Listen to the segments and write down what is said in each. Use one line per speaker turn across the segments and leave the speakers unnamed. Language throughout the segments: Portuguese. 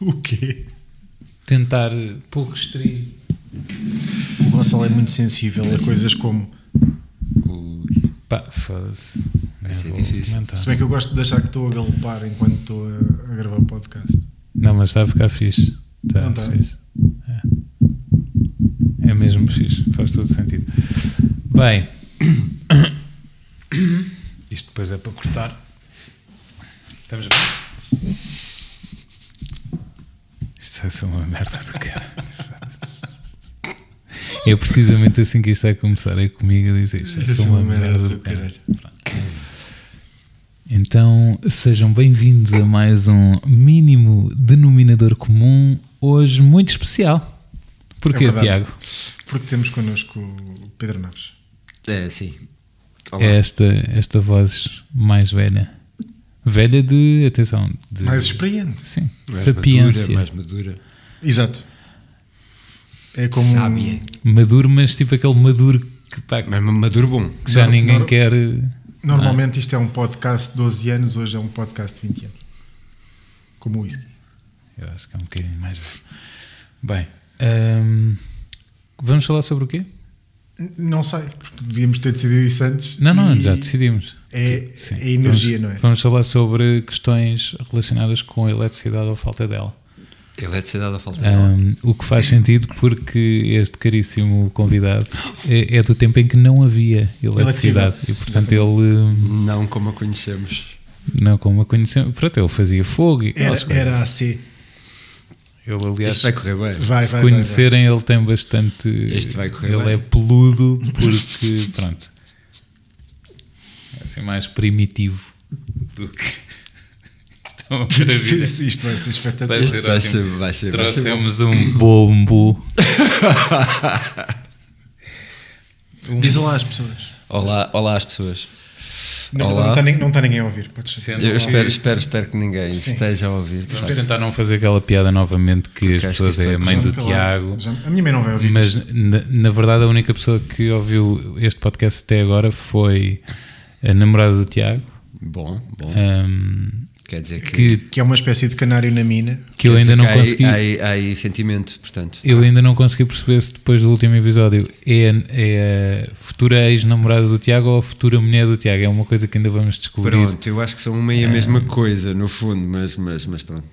O quê?
Tentar eh, pouco restringir.
O Gonçalo é muito sensível a coisas como.
Pá, foda-se. Vai
ser difícil.
Se bem que eu gosto de deixar que estou a galopar enquanto estou a, a gravar o podcast.
Não, mas está a ficar fixe. Está
Não está?
fixe. É. é mesmo fixe, faz todo sentido. Bem, isto depois é para cortar. Estamos bem? Isto é só uma merda do cara. É precisamente assim que isto vai começar, é comigo a dizer isto. É só uma, merda, do cara. Então, sejam bem-vindos a mais um mínimo denominador comum, hoje muito especial. Porquê,
É verdade.
Tiago?
Porque temos connosco o Pedro Naves.
É, sim.
Tá
Olá.
É esta, esta voz mais velha. Velha de, atenção, de,
Mais experiente.
sim,
Mais
sapiência.
Madura, mais madura.
Exato. É como.
Sábia.
Maduro, mas tipo aquele maduro que, pá, que
Mas maduro bom.
já
não-
ninguém
não-
quer.
Normalmente isto é um podcast de 12 anos, hoje é um podcast de 20 anos. Como o whisky.
Eu acho que é um bocadinho mais velho. Bem, hum, vamos falar sobre o quê?
N- Não sei, porque devíamos ter decidido isso antes.
Não, não,
e
já decidimos.
É,
Sim.
é energia,
Vamos-
não é?
Vamos falar sobre questões relacionadas com a eletricidade ou falta dela.
Eletricidade a falta.
Ahm, o que faz sentido porque este caríssimo convidado é, é do tempo em que não havia eletricidade e, portanto, ele hum,
Não como a conhecemos.
não como a conhecemos. Pronto, ele fazia fogo e aquelas
é? Era, era
coisas.
AC.
Ele, aliás,
Isto vai correr bem.
Vai,
se
vai, vai, vai.
conhecerem, ele tem bastante.
Este vai correr
ele
bem.
é peludo porque, pronto, é assim mais primitivo do que. Isto é uma maravilha.
Isto- Isto vai ser espetacular.
Vai ser
Isto vai
ótimo.
ser, vai ser, vai ser bom.
Trouxemos um bombo.
Diz lá às pessoas.
Olá, olá às pessoas.
Não,
Olá.
não está nin- não está ninguém a ouvir. Podes
Sim.
Eu espero, espero, espero que ninguém
Sim.
esteja a ouvir. de
Vamos
facto.
tentar não fazer aquela piada novamente que as
acho que
pessoas
isto
é
vai
a mãe do
Já me calaram.
Tiago.
Já- A minha mãe não vai ouvir.
Mas na, na verdade a única pessoa que ouviu este podcast até agora foi a namorada do Tiago.
Bom, bom.
ahm,
Quer dizer que,
É, que,
Que é uma espécie de canário na mina.
que eu
quer
ainda
dizer
não
que há aí-
consegui.
há aí- há aí sentimento, portanto.
Eu ainda não consegui perceber se depois do último episódio é, é a futura ex-namorada do Tiago ou a futura mulher do Tiago. É uma coisa que ainda vamos descobrir.
Pronto, eu acho que são uma
É.
e a mesma coisa, no fundo, mas, mas, mas pronto.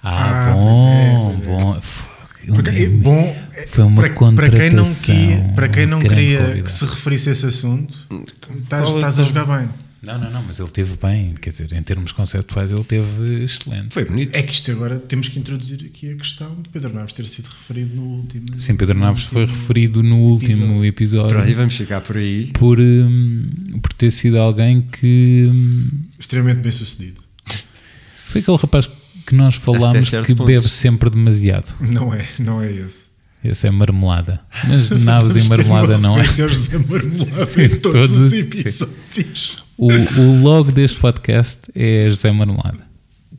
Ah,
Ah,
bom,
pois é, pois
bom. Fuck,
Porque é
um-
bom, é-
Foi uma
para, para quem não,
contratação,
queria, para quem não
grande
queria
convidado.
que se referisse a esse assunto, estás,
Qual é
estás
que-
a jogar bem.
Não, não, não, mas ele teve bem, quer dizer, em termos conceptuais ele teve excelente.
Foi bonito.
É que isto agora temos que introduzir aqui a questão de Pedro Naves ter sido referido no último.
Sim, Pedro Naves foi referido no último episódio
Pronto, e vamos ficar por aí.
por, hum, por ter sido alguém que hum,
Extremamente bem sucedido.
foi aquele rapaz que nós falámos
certo
que
ponto.
bebe sempre demasiado.
Não é, não é esse.
Esse é marmelada. Mas naves em marmelada não é.
Vai ser José Marmelada
Em
em todos
todos,
os
sim.
episódios.
O, o logo deste podcast é José Marmelada.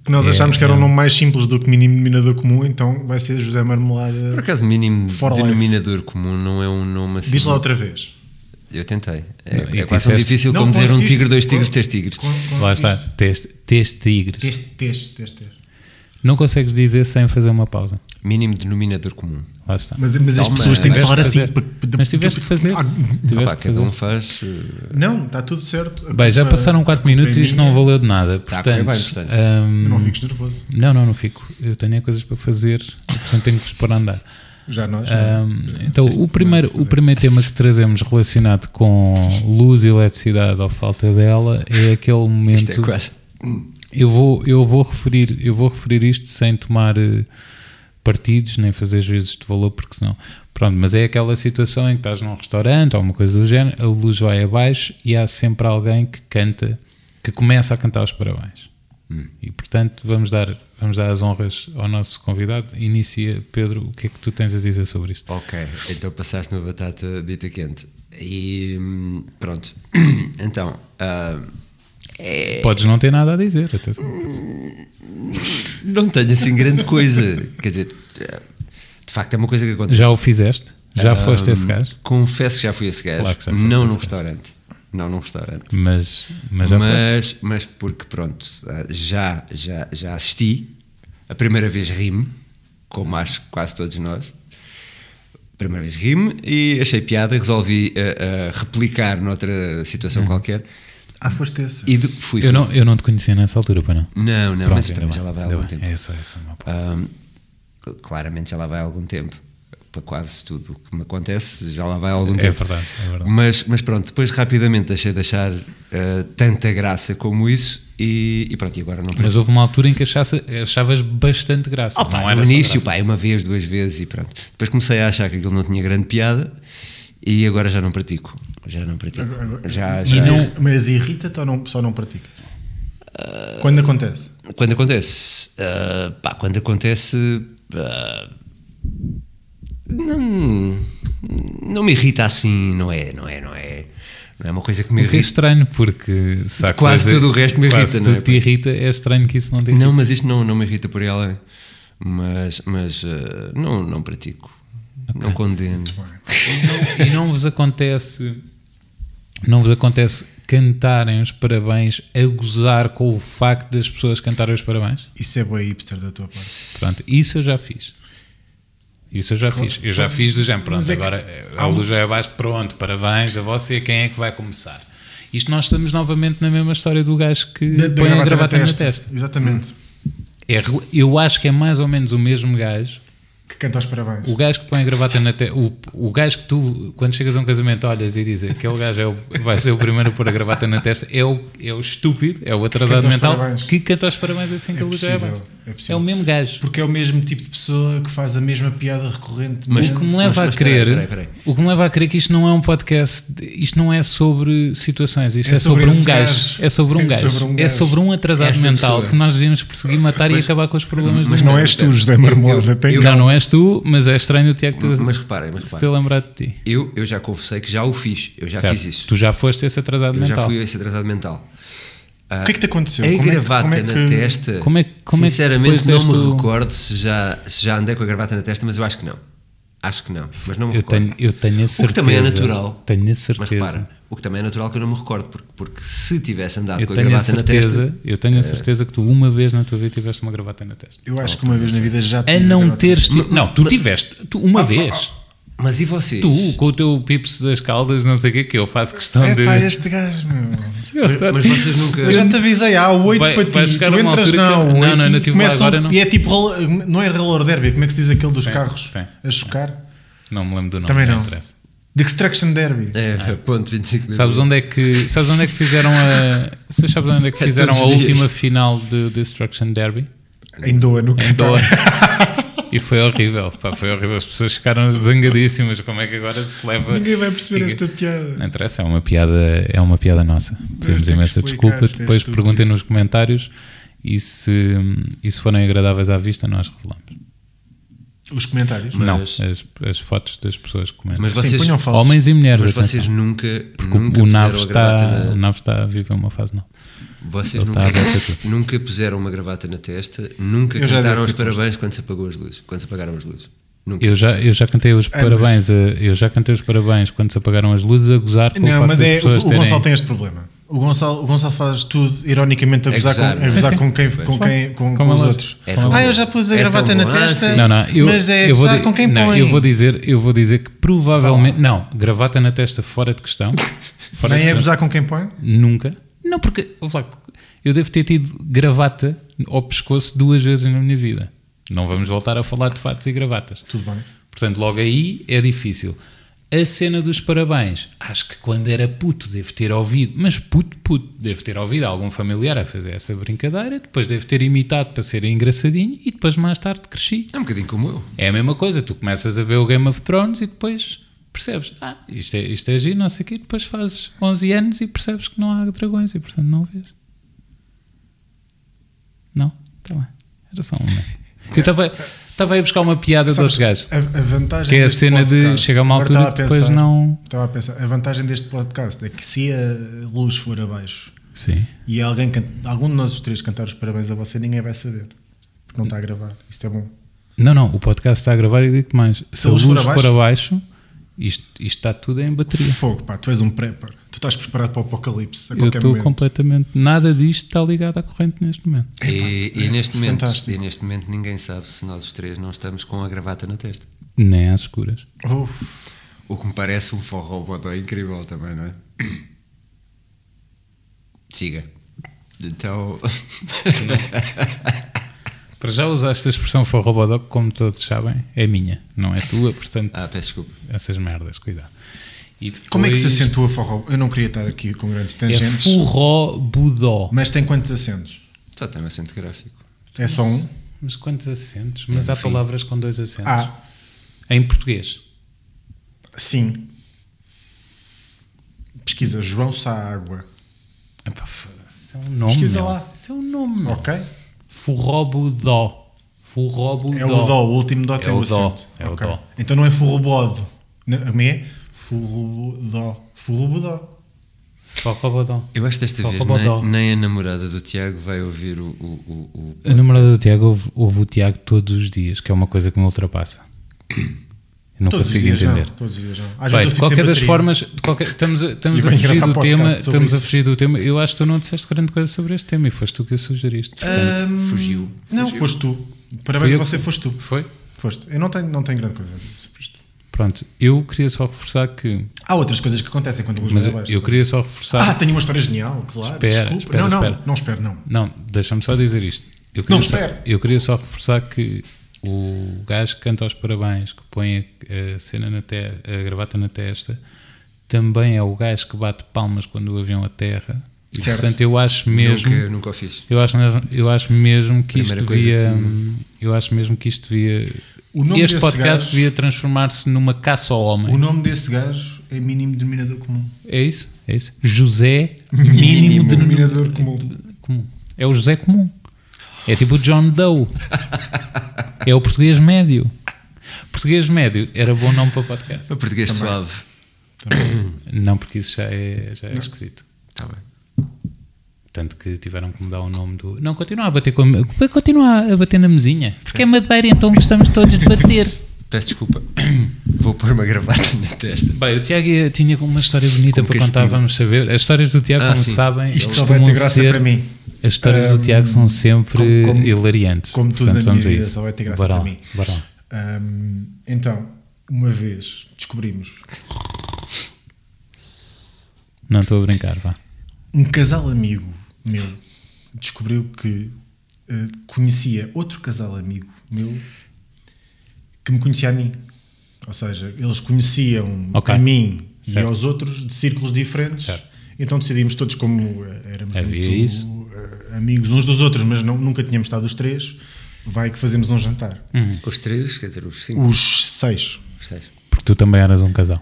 Que nós
É,
achámos que era
é.
um nome mais simples do que mínimo denominador comum, então vai ser José
Por
Marmelada.
acaso, mínimo
For life.
denominador comum não é um nome assim.
Diz lá outra vez.
Eu tentei.
Não,
É,
e
é quase tão
disseste-
difícil
Não
como dizer um
conseguiste.
tigre, dois tigres,
Con-
três tigres.
Con-
Lá está,
conseguiste.
teste, teste tigres.
Teste, teste, teste, teste.
Não consegues dizer sem fazer uma pausa.
Mínimo denominador comum.
Lá está.
Mas, mas as
Toma,
pessoas têm de
tiveste que
falar assim.
fazer. Mas tiveste que fazer.
Ah,
Tiveste
Pá,
que
cada
fazer.
um faz. eh,
Não, está tudo certo. A
Bem, já
culpa-
passaram 4
a culpa
minutos
é
e isto
minha.
não valeu de nada.
Tá,
Portanto,
bem, portanto.
hum,
Não fiques nervoso.
não, não, não fico. Eu tenho é coisas para fazer e, portanto, tenho que vos pôr a andar.
Já nós.
Hum, então, o, primeiro, o primeiro tema que trazemos relacionado com luz e eletricidade ou falta dela é aquele
Isto
momento.
é quase.
Eu vou, eu vou referir, eu vou referir isto sem tomar eh, partidos nem fazer juízos de valor, porque senão. Pronto, mas é aquela situação em que estás num restaurante ou uma coisa do género, a luz vai abaixo e há sempre alguém que canta, que começa a cantar os parabéns. E portanto, vamos dar, vamos dar as honras ao nosso convidado. Inicia, Pedro, o que é que tu tens a dizer sobre isto?
Ok, então passaste uma batata dita quente. E hum, pronto. Então, ah,
Podes não ter nada a dizer, atenção.
não tenho assim grande coisa. Quer dizer, ah, de facto é uma coisa que acontece.
Já o fizeste? Já foste
Hum,
esse gajo?
Confesso que já fui esse gajo.
Claro que já foste
não
esse
num
gajo.
restaurante. Não num restaurante.
Mas, mas já foste?
mas, mas porque pronto, ah, já, já, já assisti A primeira vez ri-me, como acho que quase todos nós. A primeira vez ri-me e achei piada, resolvi eh, eh, replicar noutra situação qualquer.
Ah, foste essa.
E de- fui.
Hum. Eu não, eu não te conhecia nessa altura, para não.
Não, não, mas
ainda
também já lá vai há
ainda
algum
bem.
tempo.
É só isso. meu pá.
Ahm, claramente já lá vai há algum tempo. Para quase tudo o que me acontece, já lá vai há algum
É
tempo.
verdade, é verdade.
Mas, mas pronto, depois rapidamente deixei de achar eh, tanta graça como isso e, e pronto, e agora não
Mas houve uma altura em que achasse- achavas bastante graça.
Oh, pá,
não era
no
só
início,
graça.
pá, uma vez, duas vezes e pronto. Depois comecei a achar que aquilo não tinha grande piada e agora já não pratico. Já não pratico.
Uhum.
Já, já-
Mas, ir- mas irrita-te ou não, só não pratica? Quando acontece?
Quando acontece, ah, pá, quando acontece, ah, não, não me irrita assim, não é, não é, não é. Não é uma coisa que me
O que é
irrita.
estranho, porque se há
Quase
coisa-
tudo o resto me
quase
irrita,
tudo
não é,
te
pá?
irrita, é estranho que isso não te irrita.
Não, mas isto não, não me irrita por ela, mas, mas ah, não, não pratico, não condeno.
Não- e não vos acontece não vos acontece cantarem os parabéns a gozar com o facto das pessoas cantarem os parabéns
Isso é boa hipster da tua parte.
pronto isso eu já fiz isso eu já fiz eu já fiz do género
Mas
pronto
é que
agora a luz é abaixo pronto parabéns a você quem é que vai começar isto nós estamos novamente na mesma história do gajo que
Da- da
põe a gravata na testa,
Exatamente.
É rel- eu acho que é mais ou menos o mesmo gajo
Que canta os parabéns.
O gajo que te põe a gravata na testa, o, o gajo que tu, quando chegas a um casamento, olhas e dizes aquele gajo é o- vai ser o primeiro a pôr a gravata na testa, é o, é o estúpido, é o atrasado
Canta os
mental
parabéns.
que canta os parabéns assim que
É
ele já é.
possível,
bem.
é
É
possível.
o mesmo gajo.
Porque é o mesmo tipo de pessoa que faz a mesma piada recorrente.
o que me
mas-
leva
mas
a
espera aí,
crer,
espera aí, espera
o que me leva a crer que isto não é um podcast, de- isto não é sobre situações, isto
É
é, sobre,
sobre
um
esse
gajo,
gajo.
é sobre um
É
gajo,
sobre um
é
gajo.
sobre um atrasado
Essa é
mental
pessoa.
que nós devíamos perseguir, matar e acabar com os problemas
mas
do mundo.
Não és tu, José Marmoda. tem
Não, não és tu, mas é estranho o Tiago te-
Mas reparem, mas
se
reparem.
ter lembrado de ti.
Eu, eu já confessei que já o fiz, eu já
Certo.
fiz isso.
Tu já foste esse atrasado
Eu já
mental.
fui esse atrasado mental.
O que é que te aconteceu?
A
Como é que-
gravata
como é
na
que-
testa.
Como é que- como é que
sinceramente,
depois
não me
deste o-
recordo se já, se já andei com a gravata na testa, mas eu acho que não. Acho que não. Mas não me
Eu
recordo.
tenho, eu tenho a certeza.
O que também é natural.
Tenho a
Mas
certeza.
repara, o que também é natural que eu não me recordo, porque, porque se tivesse andado
Eu
com a
tenho a
gravata na testa. É.
certeza, eu tenho a certeza que tu uma vez na tua vida tiveste uma gravata na testa.
Eu acho que uma vez na vida já
A
tive
não
gravata.
teres tido. Não, tu tiveste. Tu,
Ah,
uma vez.
Mas e vocês?
Tu, com o teu pips das caldas, não sei o que, que eu faço questão
É
de.
pá, este gajo, meu.
Eu tô-
Mas vocês nunca.
Eu já te avisei, há oito
Vai-
para
vai
ti.
chegar
Tu
uma
entras,
altura que-
não.
não,
oito
não,
e
não tive lá
começam-
agora, não.
E é tipo, rola- não é roller derby, como é que se diz aquele dos
Sim,
carros?
sim.
A chocar?
Não me lembro do nome.
Também não.
interessa.
Destruction derby.
É, ponto 25
Sabes onde é que. Sabes onde é que fizeram a. Vocês sabem onde é que
É
fizeram
todos
a
os dias.
última final do Destruction Derby?
Em Doha, no
em
Qatar.
dor. E foi horrível, pá, foi horrível. As pessoas ficaram zangadíssimas. Como é que agora se leva.
Ninguém vai perceber
Ninguém-
esta piada.
Não interessa, é uma piada, é uma piada nossa.
Vamos ter
Pedimos
que
imensa
explicar,
desculpa.
isto é
Depois
estúpido.
perguntem nos comentários e se, e se forem agradáveis à vista, nós revelamos.
Os comentários.
Mas-
Não, as, as fotos das pessoas que comentam.
Mas
Sim,
vocês.
ponham falso.
Homens e mulheres,
Mas
atenção,
vocês nunca.
porque o-
nunca
o,
puseram
nave
a gravata
está,
na-
o nave está a viver uma fase nova.
Vocês
Ele
nunca,
está aberto a tudo.
nunca puseram uma gravata na testa, nunca
Eu já
cantaram
devo
os
ter posto.
parabéns quando se apagou as luzes, quando se apagaram as luzes. Nunca.
Eu já, eu já cantei os
Ambas.
parabéns, a- eu já cantei os parabéns quando se apagaram as luzes a gozar com o
Não,
facto
mas
das
é, o,
pessoas
o
terem...
Gonçalo tem este problema. O Gonçalo, o Gonçalo faz tudo ironicamente a
É
gozar, com,
gozar,
a
não é?
gozar
Sim,
com quem,
sim.
com, quem, com,
Como
com os
elas-
outros.
É tão
ah,
bom.
eu já pus a
É tão
gravata na
bom. Ah,
testa,
sim.
Não, não, eu,
mas é
eu vou
gozar
di-
com quem
não,
põe.
Eu vou dizer, eu vou dizer que provavelmente não, gravata na testa fora de questão. Fora
Nem
de
é
questão.
gozar com quem põe?
Nunca. Não porque vou lá, eu devo ter tido gravata ao pescoço duas vezes na minha vida. Não vamos voltar a falar de fatos e gravatas.
Tudo bem.
Portanto, logo aí é difícil. A cena dos parabéns, acho que quando era puto devo ter ouvido, mas puto, puto, devo ter ouvido algum familiar a fazer essa brincadeira, depois devo ter imitado para ser engraçadinho e depois mais tarde cresci.
É um bocadinho como eu.
É a mesma coisa, tu começas a ver o Game of Thrones e depois percebes, ah, isto é, isto é giro, não sei o quê, depois fazes 11 anos e percebes que não há dragões e portanto não o vês. Não? Está bem. Era só uma. Eu estava estava aí a buscar uma piada de outros
Sabes,
gajos.
A, a vantagem
Que é a
deste
cena de chega a uma
agora
altura
estava
e depois não-
Estava a pensar, a vantagem deste podcast é que se a luz for abaixo
Sim.
e alguém can- algum de nós os três cantar os parabéns a você, ninguém vai saber. Porque não está a gravar. Isto é bom.
Não, não, o podcast está a gravar e digo-te mais. Se a luz for abaixo, isto, isto está tudo em bateria.
Fogo, pá, tu és um prepper. Tu estás preparado para o apocalipse a
Eu
qualquer
estou
momento.
completamente. Nada disto está ligado à corrente neste momento.
E, e
é
neste momento,
fantástico.
e neste momento ninguém sabe se nós os três não estamos com a gravata na testa.
Nem às escuras.
Uf,
O que me parece um forró bodó incrível também, não é? Siga. Então,
Para já usaste a expressão forrobodó, que, como todos sabem, é minha, não é tua, portanto,
ah, peço desculpa.
essas merdas, cuidado. E
como é que se
depois
acentua forró? Eu não queria estar aqui com grandes
É
tangentes,
forrobodó.
mas tem quantos acentos?
Só tem um acento gráfico.
É só um?
Mas quantos acentos? Mas
no
há
fim.
palavras com dois acentos.
Ah,
Em português.
sim. Pesquisa João Sáágua.
Epá, foda-se, Isso é um nome.
Pesquisa
meu.
lá.
Isso é um nome. meu.
Ok?
Forrobodó. Forrobodó.
É o dó, o último dó tem
Um É
o
o dó,
acento.
é o
Ok.
dó.
Então não é furrobode. Não, A minha é furrobodó. Furrobodó.
Forrobodó.
Eu acho que desta vez
Forrobodó.
nem,
né?
nem a namorada do Tiago vai ouvir o. o- o- o-
A namorada do Tiago ouve, ouve o Tiago todos os dias, que é uma coisa que me ultrapassa. Eu não
Todos os
consigo
dias
entender.
não. Todos os dias não.
Bem,
Às vezes eu
de
fico sem
qualquer das
bateria.
formas, de qualquer- estamos, a, estamos
E
a
vem
fugir
gravar
do
podcast
tema,
sobre
estamos a
isso.
fugir do tema. Eu acho que tu não disseste grande coisa sobre este tema e foste tu que o sugeriste.
Ah.
portanto,
Fugiu.
Não,
Fugiu.
foste tu. Parabéns
Fui
a
eu
você, foste tu.
Foi?
Foste. Eu não tenho, não tenho grande coisa a dizer sobre isto.
Pronto, eu queria só reforçar que.
Há outras coisas que acontecem quando luz
Mas eu,
abaixo.
eu queria só reforçar.
Ah, tenho uma história genial, claro.
Espera,
Desculpa.
espera,
não, não,
espera.
não espero, não.
Não, deixa-me só dizer isto. Eu queria
Não,
só,
espera.
eu queria só reforçar que o gajo que canta aos parabéns, que põe a, a cena na te, a gravata na testa, também é o gajo que bate palmas quando o avião aterra. E,
Certo.
portanto, eu acho mesmo.
Nunca, nunca o fiz.
Eu acho mesmo, eu acho mesmo que
Primeira
isto
coisa
devia. Eu acho mesmo que isto devia.
O nome
este
desse
podcast
gajo-
devia transformar-se numa caça ao homem.
O nome desse gajo é mínimo denominador comum.
É isso? É isso? José
Mínimo denominador comum.
comum. É o José comum. É tipo o John Doe. é o português médio. Português médio era bom nome para podcast.
O português suave.
Não, porque isso já é, já é esquisito.
Está
Tá
bem.
Tanto que tiveram que mudar o nome do. Não, continua a bater com a... Continua a bater na mesinha. Porque é madeira, então gostamos todos de bater.
Peço desculpa. Vou pôr uma gravata na testa.
Bem, o Tiago ia- tinha uma história bonita
Como
para
castigo.
contar, vamos saber. As histórias do Tiago,
Ah,
como
sim.
sabem,
tipo- Isto só vai
costumam
ter graça
ser,
para mim.
As histórias do Tiago são sempre
como- como-
hilariantes.
como tudo
Portanto,
na minha
vamos a
vida,
isso.
só vai ter graça
Bora
para
lá,
mim.
bora lá.
Ahm, então, uma vez descobrimos
Não estou a brincar, vá.
um casal amigo meu descobriu que eh, conhecia outro casal amigo meu que me conhecia a mim. Ou seja, eles conheciam
Ok.
a mim e
Certo.
aos outros de círculos diferentes.
Certo.
Então decidimos todos como eh, éramos
Havia
muito,
isso.
eh, amigos uns dos outros, mas não- nunca tínhamos estado os três. Vai que fazemos um jantar.
Os três, quer dizer, os cinco,
Hum.
Os seis.
os seis.
Porque tu também eras um casal.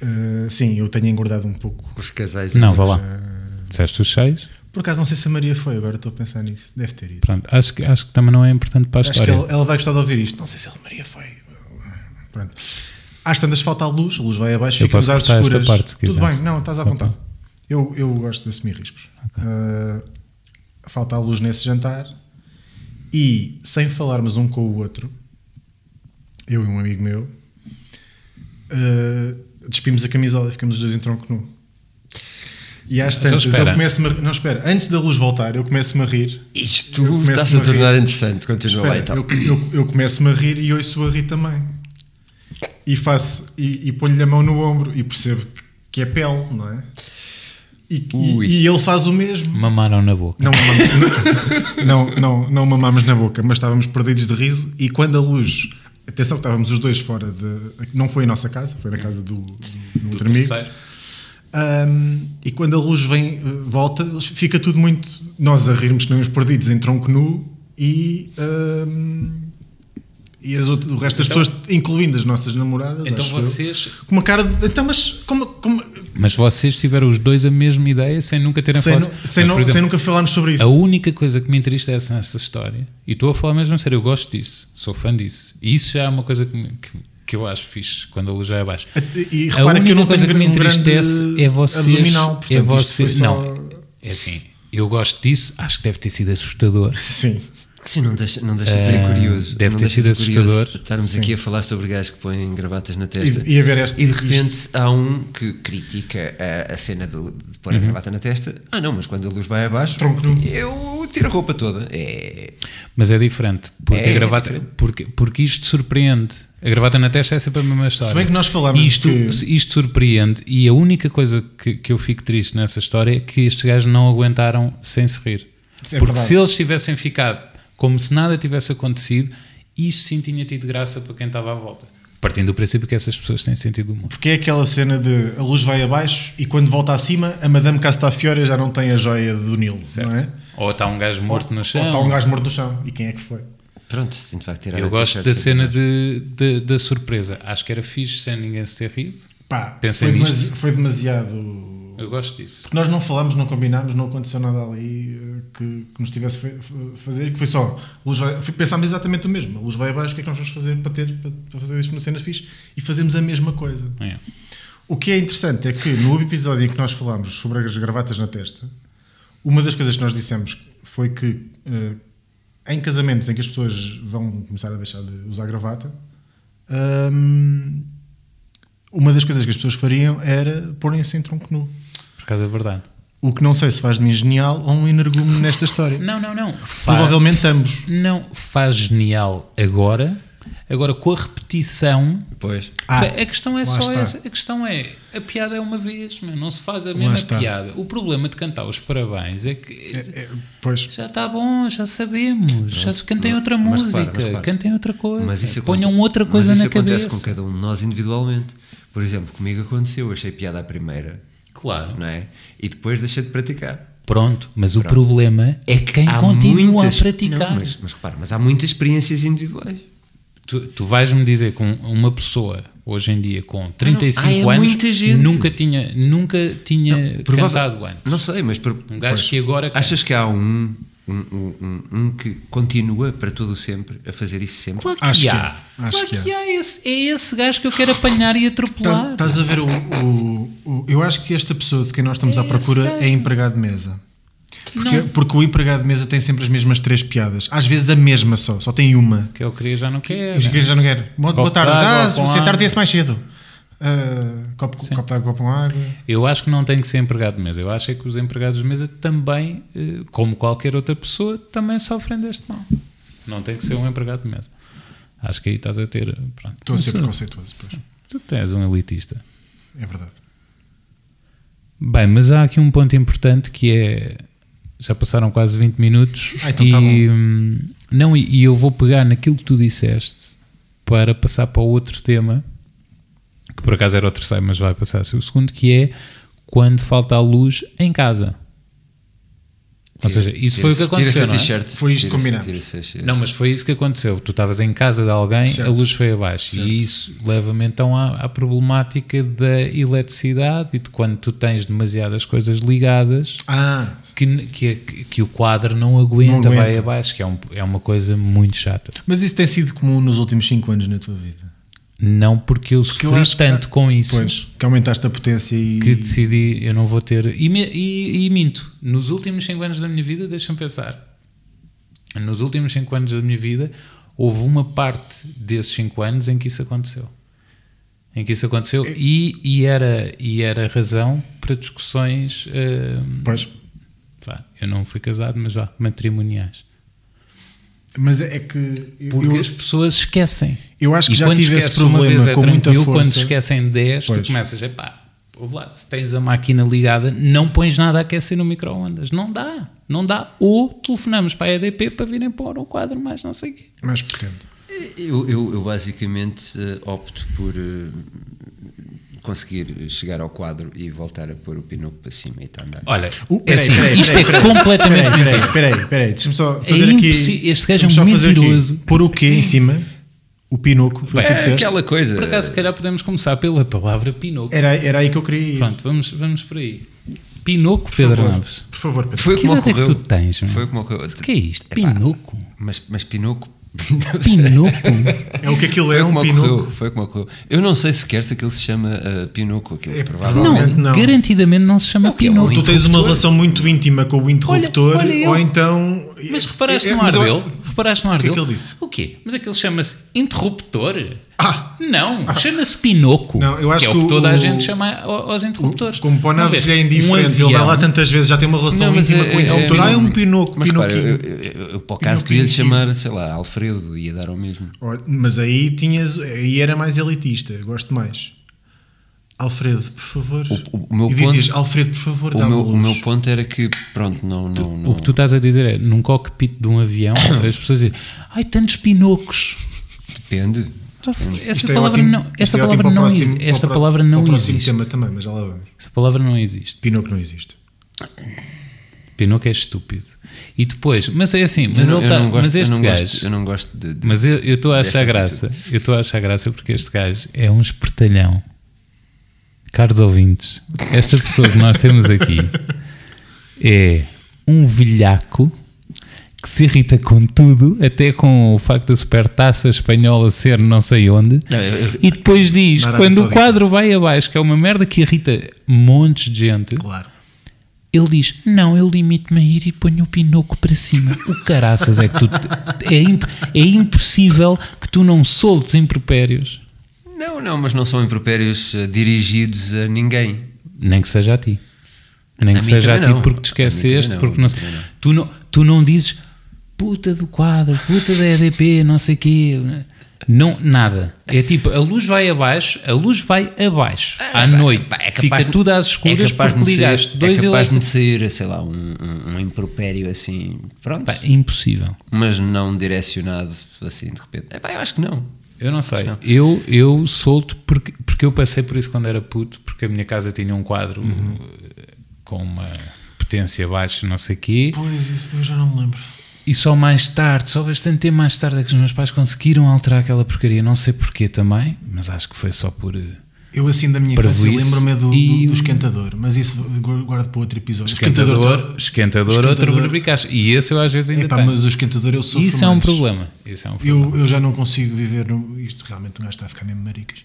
Eh, sim, eu tenho engordado um pouco.
Os casais.
Não, vá lá.
é.
Disseste os seis.
Por acaso não sei se a Maria foi, agora estou a pensar nisso. Deve ter ido.
Pronto, acho que, acho que também não é importante para a
Acho que
história.
ela, ela vai gostar de ouvir isto. Não sei se a Maria foi. Pronto. Às tantas falta a luz, a luz vai abaixo,
Eu
ficamos
posso
às
cortar esta
escuras.
parte, se
Tudo
quiseres.
bem, não, estás à
Ok.
vontade. Eu, eu gosto de assumir riscos. Ah, falta a luz nesse jantar e, sem falarmos um com o outro, eu e um amigo meu, ah, despimos a camisola e ficamos os dois em tronco nu. E às
Então
tantas,
espera.
eu começo-me a rir. Não, espera, antes da luz voltar, eu começo-me a rir.
Isto
Eu começo
está-se a
a rir.
tornar interessante. Continua lá
Espera,
então.
É, eu, eu- eu começo-me a rir e ouço-o a rir também. E faço e, e ponho-lhe a mão no ombro e percebo que é pele, não é? E, e-
Ui.
e ele faz o mesmo.
Mamaram na boca.
Não, mamamos- não, não, não mamámos na boca, mas estávamos perdidos de riso. E quando a luz. Atenção, que estávamos os dois fora de. Não foi a nossa casa, foi na casa do, do, do outro amigo. Ahm, e quando a luz vem, eh, volta, eles- fica tudo muito. Nós a rirmos que nem uns perdidos em tronco nu e. ahm, e as outras- o resto das
Então-
pessoas, incluindo as nossas namoradas,
Então
acho eu,
vocês-
com uma cara de. Então, mas como. como
Mas vocês tiveram os dois a mesma ideia sem nunca terem
sem,
falado.
nu- sem,
Mas,
nu-
por exemplo,
sem nunca falarmos sobre isso.
A única coisa que me entristece nessa história, e estou a falar mesmo a sério, eu gosto disso, sou fã disso, e isso já é uma coisa que, me- que, que eu acho fixe quando a luz já é baixa.
E
A
repara
única
que eu não
coisa
tenho
que me
um grande
entristece é vocês. É
abdominal, portanto, isto foi
vocês.
só-
Não, é assim, eu gosto disso, acho que deve ter sido assustador.
Sim.
Sim, não deixa, não deixa de ser
Ah,
curioso.
deve
não
ter
deixa
sido
de ser curioso
assustador.
Estarmos aqui a falar sobre gajos que põem gravatas na testa.
E- e a ver este-
E de repente há um que critica a, a cena do, de
Uhum.
pôr a gravata na testa. Ah, não, mas quando a luz vai abaixo,
Tronco nu.
eu tiro a roupa toda. É,
Mas é diferente, porque
É,
a gravata,
é diferente.
porque, porque isto surpreende. A gravata na testa é sempre a mesma história.
Se bem que nós falámos
isto,
que-
isto surpreende, e a única coisa que, que eu fico triste nessa história é que estes gajos não aguentaram sem se rir.
Isso é
porque
verdade.
se eles tivessem ficado como se nada tivesse acontecido, isso sim tinha tido graça para quem estava à volta. Partindo do princípio que essas pessoas têm sentido humor.
Porque é aquela cena de a luz vai abaixo e quando volta acima, a Madame Castafiore já não tem a joia do Nilo, não é?
Ou está um gajo morto no chão.
Ou está um gajo morto no chão. E quem é que foi?
pronto, tenho de facto tirar
Eu
a
gosto
t-shirt
da
sobre
cena
nós.
de, de- da surpresa. Acho que era fixe sem ninguém se ter rido.
Pá,
Pensem
foi,
nisto.
demasi- foi demasiado.
Eu gosto disso.
Porque nós não falámos, não combinámos, não aconteceu nada ali eh, que, que nos tivesse fe- fe- fazer, que foi só. a Luz vai, foi- pensámos exatamente o mesmo. A luz vai abaixo, o que é que nós vamos fazer para, ter, para, para fazer isto uma cena fixe? E fazemos a mesma coisa.
É.
O que é interessante é que no episódio em que nós falámos sobre as gravatas na testa, uma das coisas que nós dissemos foi que eh, em casamentos em que as pessoas vão começar a deixar de usar gravata, hum, uma das coisas que as pessoas fariam era porem-se em tronco nu.
Por acaso é verdade.
O que não sei se faz de mim genial ou um energúmeno nesta história.
Não, não, não. Fa-
Provavelmente ambos.
Não faz genial agora. Agora, com a repetição.
Pois.
Ah,
a questão é
lá
só
está.
essa. A questão é. A piada é uma vez, meu, não se faz a mesma
está.
piada. O problema de cantar os parabéns é que.
É, é, pois.
Já está bom, já sabemos. Já se cantem outra
Mas
música,
repara, mas repara.
cantem outra coisa,
Mas isso aconte-
é, ponham outra coisa
mas isso
na
acontece
cabeça.
com cada um de nós individualmente. Por exemplo, comigo aconteceu, achei piada à primeira,
Claro.
não é? E depois deixei de praticar.
Pronto, mas o problema é quem
Há
continua
muitas-
a praticar.
Não, mas, mas repara, mas há muitas experiências individuais.
Tu, tu vais-me dizer que um- uma pessoa hoje em dia com 35
Ah, é
anos
muita gente.
nunca tinha, nunca tinha
Provável-
cantado antes.
Não sei, mas por-
Um gajo que agora canta.
achas que há um, um, um- um- um que continua para todo o sempre a fazer isso sempre?
Claro que
Acho que
há.
é. Acho
claro
que
que,
é.
há. Esse, é esse gajo que eu quero apanhar e
Estás, tá-
atropelar.
estás a ver o, o- o- Eu acho que esta pessoa de quem nós estamos
É
à
esse
procura
gajo.
é empregado de mesa. Porque,
Não.
porque o empregado de mesa tem sempre as mesmas três piadas. Às vezes a mesma só, só tem uma.
Que eu queria já não quero.
Os que já não quero.
É,
Boa, boa
né? Copo
tarde.
de água,
Ah,
com
se
água.
tarde ia-se mais cedo. Ah, copo, copo de água, copo com água.
Eu acho que não tem que ser empregado de mesa. Eu acho é que os empregados de mesa também, eh, como qualquer outra pessoa, também sofrem deste mal. Não tem que ser um empregado de mesa. Acho que aí estás a ter. Pronto.
Estou a ser
Mas,
preconceituoso, pois.
Tu tens um elitista.
É verdade.
Bem, mas há aqui um ponto importante que é. Já passaram quase 20 minutos
Ah, então
e,
tá bom.
hum, não, e, e eu vou pegar naquilo que tu disseste para passar para o outro tema, que por acaso era o terceiro, mas vai passar a ser o segundo, que é quando falta a luz em casa. Ou seja, isso foi o que aconteceu. Não, é?
Foi isto combinado.
Não, mas foi isso que aconteceu. Tu estavas em casa de alguém,
Certo.
a luz foi abaixo. E isso leva-me então à, à problemática da eletricidade e de quando tu tens demasiadas coisas ligadas
Ah,
que, que, é que o quadro não aguenta,
Não aguenta.
vai abaixo, que é, um- é uma coisa muito chata.
mas isso tem sido comum nos últimos 5 anos na tua vida.
Não porque eu
eu
sofri
acho que-
tanto com isso.
Pois, que aumentaste a potência e.
que decidi eu não vou ter. E, me- e- e minto, nos últimos 5 anos da minha vida, deixa-me pensar, nos últimos 5 anos da minha vida, houve uma parte desses 5 anos em que isso aconteceu. Em que isso aconteceu e, e era, e era razão para discussões. hum,
Pois.
vá, eu não fui casado, mas vá, matrimoniais.
Mas é é que. eu-
Porque
eu-
as pessoas esquecem.
Eu acho que
E
já
quando
tive esse
esqueces uma
problema
vez é
com muita
tranquilo, Quando
força.
esquecem 10,
Pois.
tu começas, epá, ouve lá, se tens a máquina ligada, não pões nada a aquecer no micro-ondas. Não dá, não dá. Ou telefonamos para a EDP para virem pôr o quadro mais não sei o quê.
mais potente.
Eu, eu- eu basicamente eh, opto por eh, conseguir chegar ao quadro e voltar a pôr o pinoco para cima e está a andar.
Olha,
Uh,
é
peraí,
assim,
peraí,
isto
peraí,
é completamente
Peraí,
mentira.
peraí, peraí, peraí. Deixa-me só
É
fazer
impossi-
aqui.
este gajo é
deixa-me
um
só fazer aqui.
mentiroso.
Pôr o quê em cima? O pinoco, foi o que tu
É
disseste.
aquela coisa.
Por acaso, se calhar podemos começar pela palavra Pinoco.
Era, era aí que eu queria ir.
Pronto, vamos, vamos por aí. Pinoco,
por
Pedro
favor,
Naves.
Por favor, Pedro.
Foi o
Que
que me
idade é que
ocorreu.
tu tens, meu?
Foi o que me ocorreu.
O que é isto? Pinoco?
Mas, mas Pinoco.
Pinoco?
É o que aquilo
Foi
é,
o que
um
me
pinoco.
ocorreu, foi o que me ocorreu. Eu não sei sequer se aquilo se chama eh, Pinoco, aquilo
É
provavelmente.
Não,
Provavelmente não.
garantidamente não se chama
que é um
Pinoco.
Tu tens uma relação muito íntima com o interruptor,
Olha, olha eu.
ou então.
Mas reparaste
É,
no
mas
ar
eu-
dele? reparaste no ar
O que é
dele?
que ele disse?
O quê? Mas aquele chama-se interruptor?
Ah!
Não, chama-se Pinoco.
Não, eu acho
que é
que
o que toda a
o-
gente chama a- aos interruptores.
Como para o
Vamos
Naves
ver,
lhe é indiferente,
um
ele vai lá
avião-
tantas vezes, já tem uma relação íntima com o interruptor. Ah, é um pinoco,
Mas repara, eu,
pinoquinho.
eu, eu, eu para o
Pinoquinho.
caso podia lhe chamar, sei lá, Alfredo, ia dar ao mesmo.
Olha, mas aí tinhas, aí era mais elitista, eu gosto mais. Alfredo, por favor.
O- o- o meu
e dizias,
ponto-
Alfredo, por favor,
O
dá-me
meu,
luz.
o meu ponto era que, pronto, não. não, não
O que tu estás a dizer é, num cockpit de um avião, as pessoas dizem, ai, tantos pinocos. Então,
Depende.
Essa
Isto é
palavra
ótimo-
não,
isto
esta
é ótimo
palavra
para o
não,
próximo-
exi-
para o
esta
pró-
palavra
para o
não
próximo
existe.
tema também, mas já lá vamos.
Essa palavra não existe.
Pinoco não existe.
Pinoco é estúpido. E depois, mas é assim,
Eu
mas,
não-
ele
eu
tá,
não gosto-
mas
eu
este
não
gajo,
gosto- Eu não gosto de. de-
mas eu eu estou a
Desta
achar graça, eu estou a achar graça porque este gajo é um espertalhão. Caros ouvintes, esta pessoa que nós temos aqui é um vilhaco que se irrita com tudo, até com o facto da supertaça espanhola ser não sei onde,
Não, eu- eu-
e depois diz,
Na Arábia
quando o
Saudita.
quadro vai abaixo, que é uma merda que irrita montes de gente,
Claro.
ele diz: Não, eu limito-me a ir e ponho o Pinoco para cima. O caraças é que tu. É, imp- é impossível que tu não soltes impropérios,
Não, não, mas não são impropérios eh, dirigidos a ninguém.
nem que seja a ti. Nem
A
que
mim
seja a ti
também não.
porque te
A mim
esqueceste,
também não,
porque
a
não,
mim também não.
Tu não. Tu não dizes puta do quadro, puta da EDP, não sei quê. Não, nada. É tipo, a luz vai abaixo, a luz vai abaixo. à noite. fica
Ah, é de- é
tudo às escuras porque
de me
ligaste
sair,
dois
é capaz de me
elétricos.
sair, sei lá, um, um- um impropério assim, pronto,
Pá, é impossível.
mas não direcionado assim de repente. Epá, eu acho que não.
Eu não sei.
Não.
Eu, eu solto porque, porque eu passei por isso quando era puto, porque a minha casa tinha um quadro
Uhum.
eh, com uma potência baixa, não sei quê,
Pois, isso, eu já não me lembro.
e só mais tarde, só bastante tempo mais tarde é que os meus pais conseguiram alterar aquela porcaria, não sei porquê também, mas acho que foi só por... eh,
Eu assim da minha infância
Parvoíce
lembro-me do,
e
do, do
o-
esquentador, mas isso gu- guardo para outro episódio.
Esquentador, esquentador, outro
tá- esquentador.
rubricaz. E esse eu às vezes ainda
Epá,
tenho.
mas o esquentador eu sofro
Isso é um
mais.
problema. Isso é um problema.
Eu, eu já não consigo viver num. Isto realmente o gajo está a ficar mesmo maricas.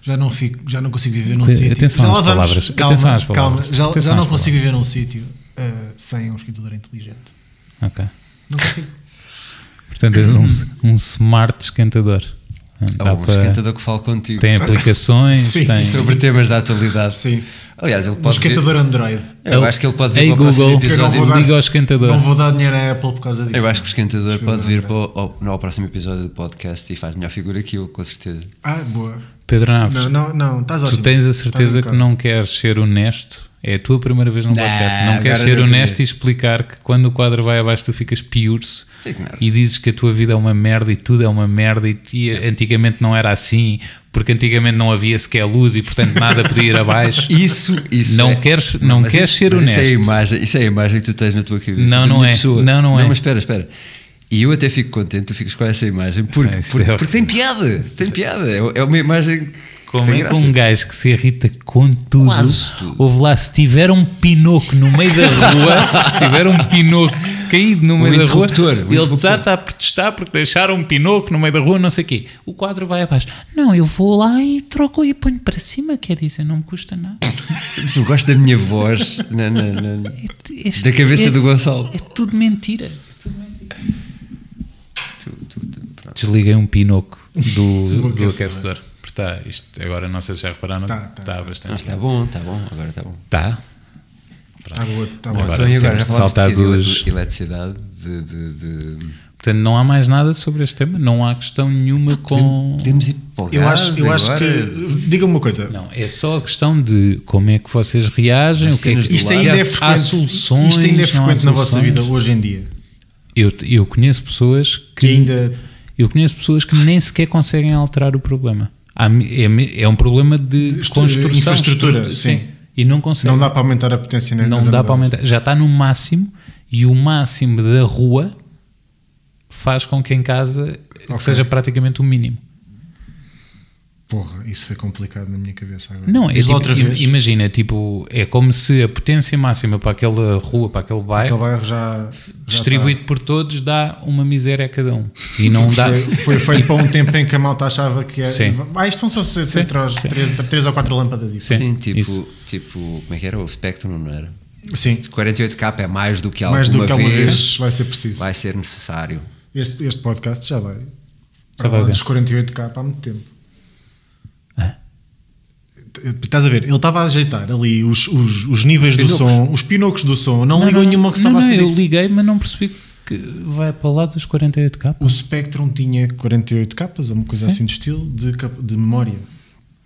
Já não, fico, já não consigo viver num
Que-
sítio.
atenção
já
às
lá vamos.
palavras,
Calma,
atenção às palavras,
calma. Já, já
atenção
não
às
consigo viver num sítio ah, sem um esquentador inteligente.
Ok.
Não consigo.
Portanto, é um, um smart esquentador. Dá
Há um
para-
esquentador que fala contigo
Tem aplicações,
Sim, é
tem...
sim.
sobre temas da atualidade.
Sim.
Aliás, ele
Um
pode. vir-
esquentador Android.
É, eu acho que ele pode vir
Ei,
para o próximo
É Google.
Eu não vou
episódio.
dar-
Liga ao esquentador.
Não vou dar dinheiro à Apple por causa disso.
Eu acho que o esquentador
Esquentador
pode vir
Android.
para o, ao, no- ao próximo episódio do podcast e faz melhor figura que eu, com certeza.
Ah, boa.
Pedro Naves,
Não, não, não, estás
Ah, tu
ótimo.
tens a
Estás
certeza que
impecável.
não queres ser honesto? É a tua primeira vez no
Não,
podcast. Não
agora
queres ser
não queria.
honesto e explicar que quando o quadro vai abaixo tu ficas piurso
Fico nada.
e dizes que a tua vida é uma merda e tudo é uma merda e, ti- antigamente não era assim porque antigamente não havia sequer luz e portanto nada podia ir abaixo.
Isso, isso.
Não
é-
queres- não
mas
queres ser
mas Isso é, a
honesto.
imagem, isso é a imagem que tu tens na tua cabeça.
Não,
da
não
minha
é.
pessoa.
Não, não é.
mas espera, espera. E eu até fico contente, tu ficas com essa imagem, porque,
Ah, isso
porque,
é
porque tem piada, tem piada. É é uma imagem que
Como
tem
é que
graça.
um gajo que se irrita com tudo,
Quase tudo.
houve lá, se tiver um pinoco no meio da rua, se tiver um pinoco caído no meio da rua,
interruptor, o
ele
interruptor.
desata a protestar porque deixaram um pinoco no meio da rua, não sei o quê. O quadro vai abaixo. Não, eu vou lá e troco e ponho para cima, quer dizer, não me custa nada.
Tu gostas da minha voz na- na- na-
Este-
da cabeça
é-
do Gonçalo.
É tudo mentira.
Tu- tu- tu- pronto.
Desliguei um pinoco do, do
aquecedor.
aquecedor. Porque está, isto agora não sei se já repararam,
Tá,
está,
tá, tá.
bastante.
Ah,
Tá?
Está bom, está bom, agora está bom.
Está.
Está Ah, boa, tá está boa.
Agora
Então, e agora
temos
já
que
falámos
saltar
de quê? De
dos-
elet- eletricidade, de. de, de...
Portanto, não há mais nada sobre este tema, não há questão nenhuma
Ah,
com.
Podemos ir para o
Eu
gás
acho, eu acho
agora?
que. Diga-me uma coisa.
Não, é só a questão de como é que vocês reagem, o que é que
cenas do
Isto
se
lado.
ainda é
há-
frequente.
há soluções.
Isto ainda é
não há
frequente na vossa
soluções.
vida hoje em dia.
Eu, te- eu conheço pessoas que,
Que ainda-
eu conheço pessoas que nem sequer conseguem alterar o problema. Há mi- é, mi- é um problema de
Estru-
construção,
infraestrutura,
estrutura-
sim.
E não conseguem.
Não dá para aumentar a potência na
Não
nas
dá para
andadas.
aumentar. Já está no máximo e o máximo da rua faz com que em casa
Ok.
seja praticamente o mínimo.
Porra, isso foi complicado na minha cabeça agora.
Não, é
Diz lá
tipo,
outra
im-
vez.
imagina, tipo, é como se a potência máxima para aquela rua, para aquele bairro,
Aquele bairro Então, já. tá.
distribuído por todos, dá uma miséria a cada um. E não dá.
já está. Foi, foi feito para um tempo em que a malta achava que era.
Sim.
Ah, isto vão só ser
Sim,
entre as
sim.
3, ou 4 lâmpadas. Isso.
Sim, tipo,
isso.
tipo, como é que era? O Spectrum, não era?
Sim.
48K é mais do que alguma
Mais do que alguma
vez,
vez vai ser preciso.
vai ser necessário.
Este, este podcast já vai.
Já vai
lá
bem.
dos 48k há muito tempo. Estás a ver? Ele estava a ajeitar ali os, os, os níveis do
Pinocos.
som, os pinocos do som, não, ligou nenhuma que
não,
estava a
não,
ser
eu
dito.
liguei, mas não percebi que vai para lá dos 48k.
O Spectrum tinha 48 capas, uma coisa
Sim.
assim do estilo, de, cap- de memória.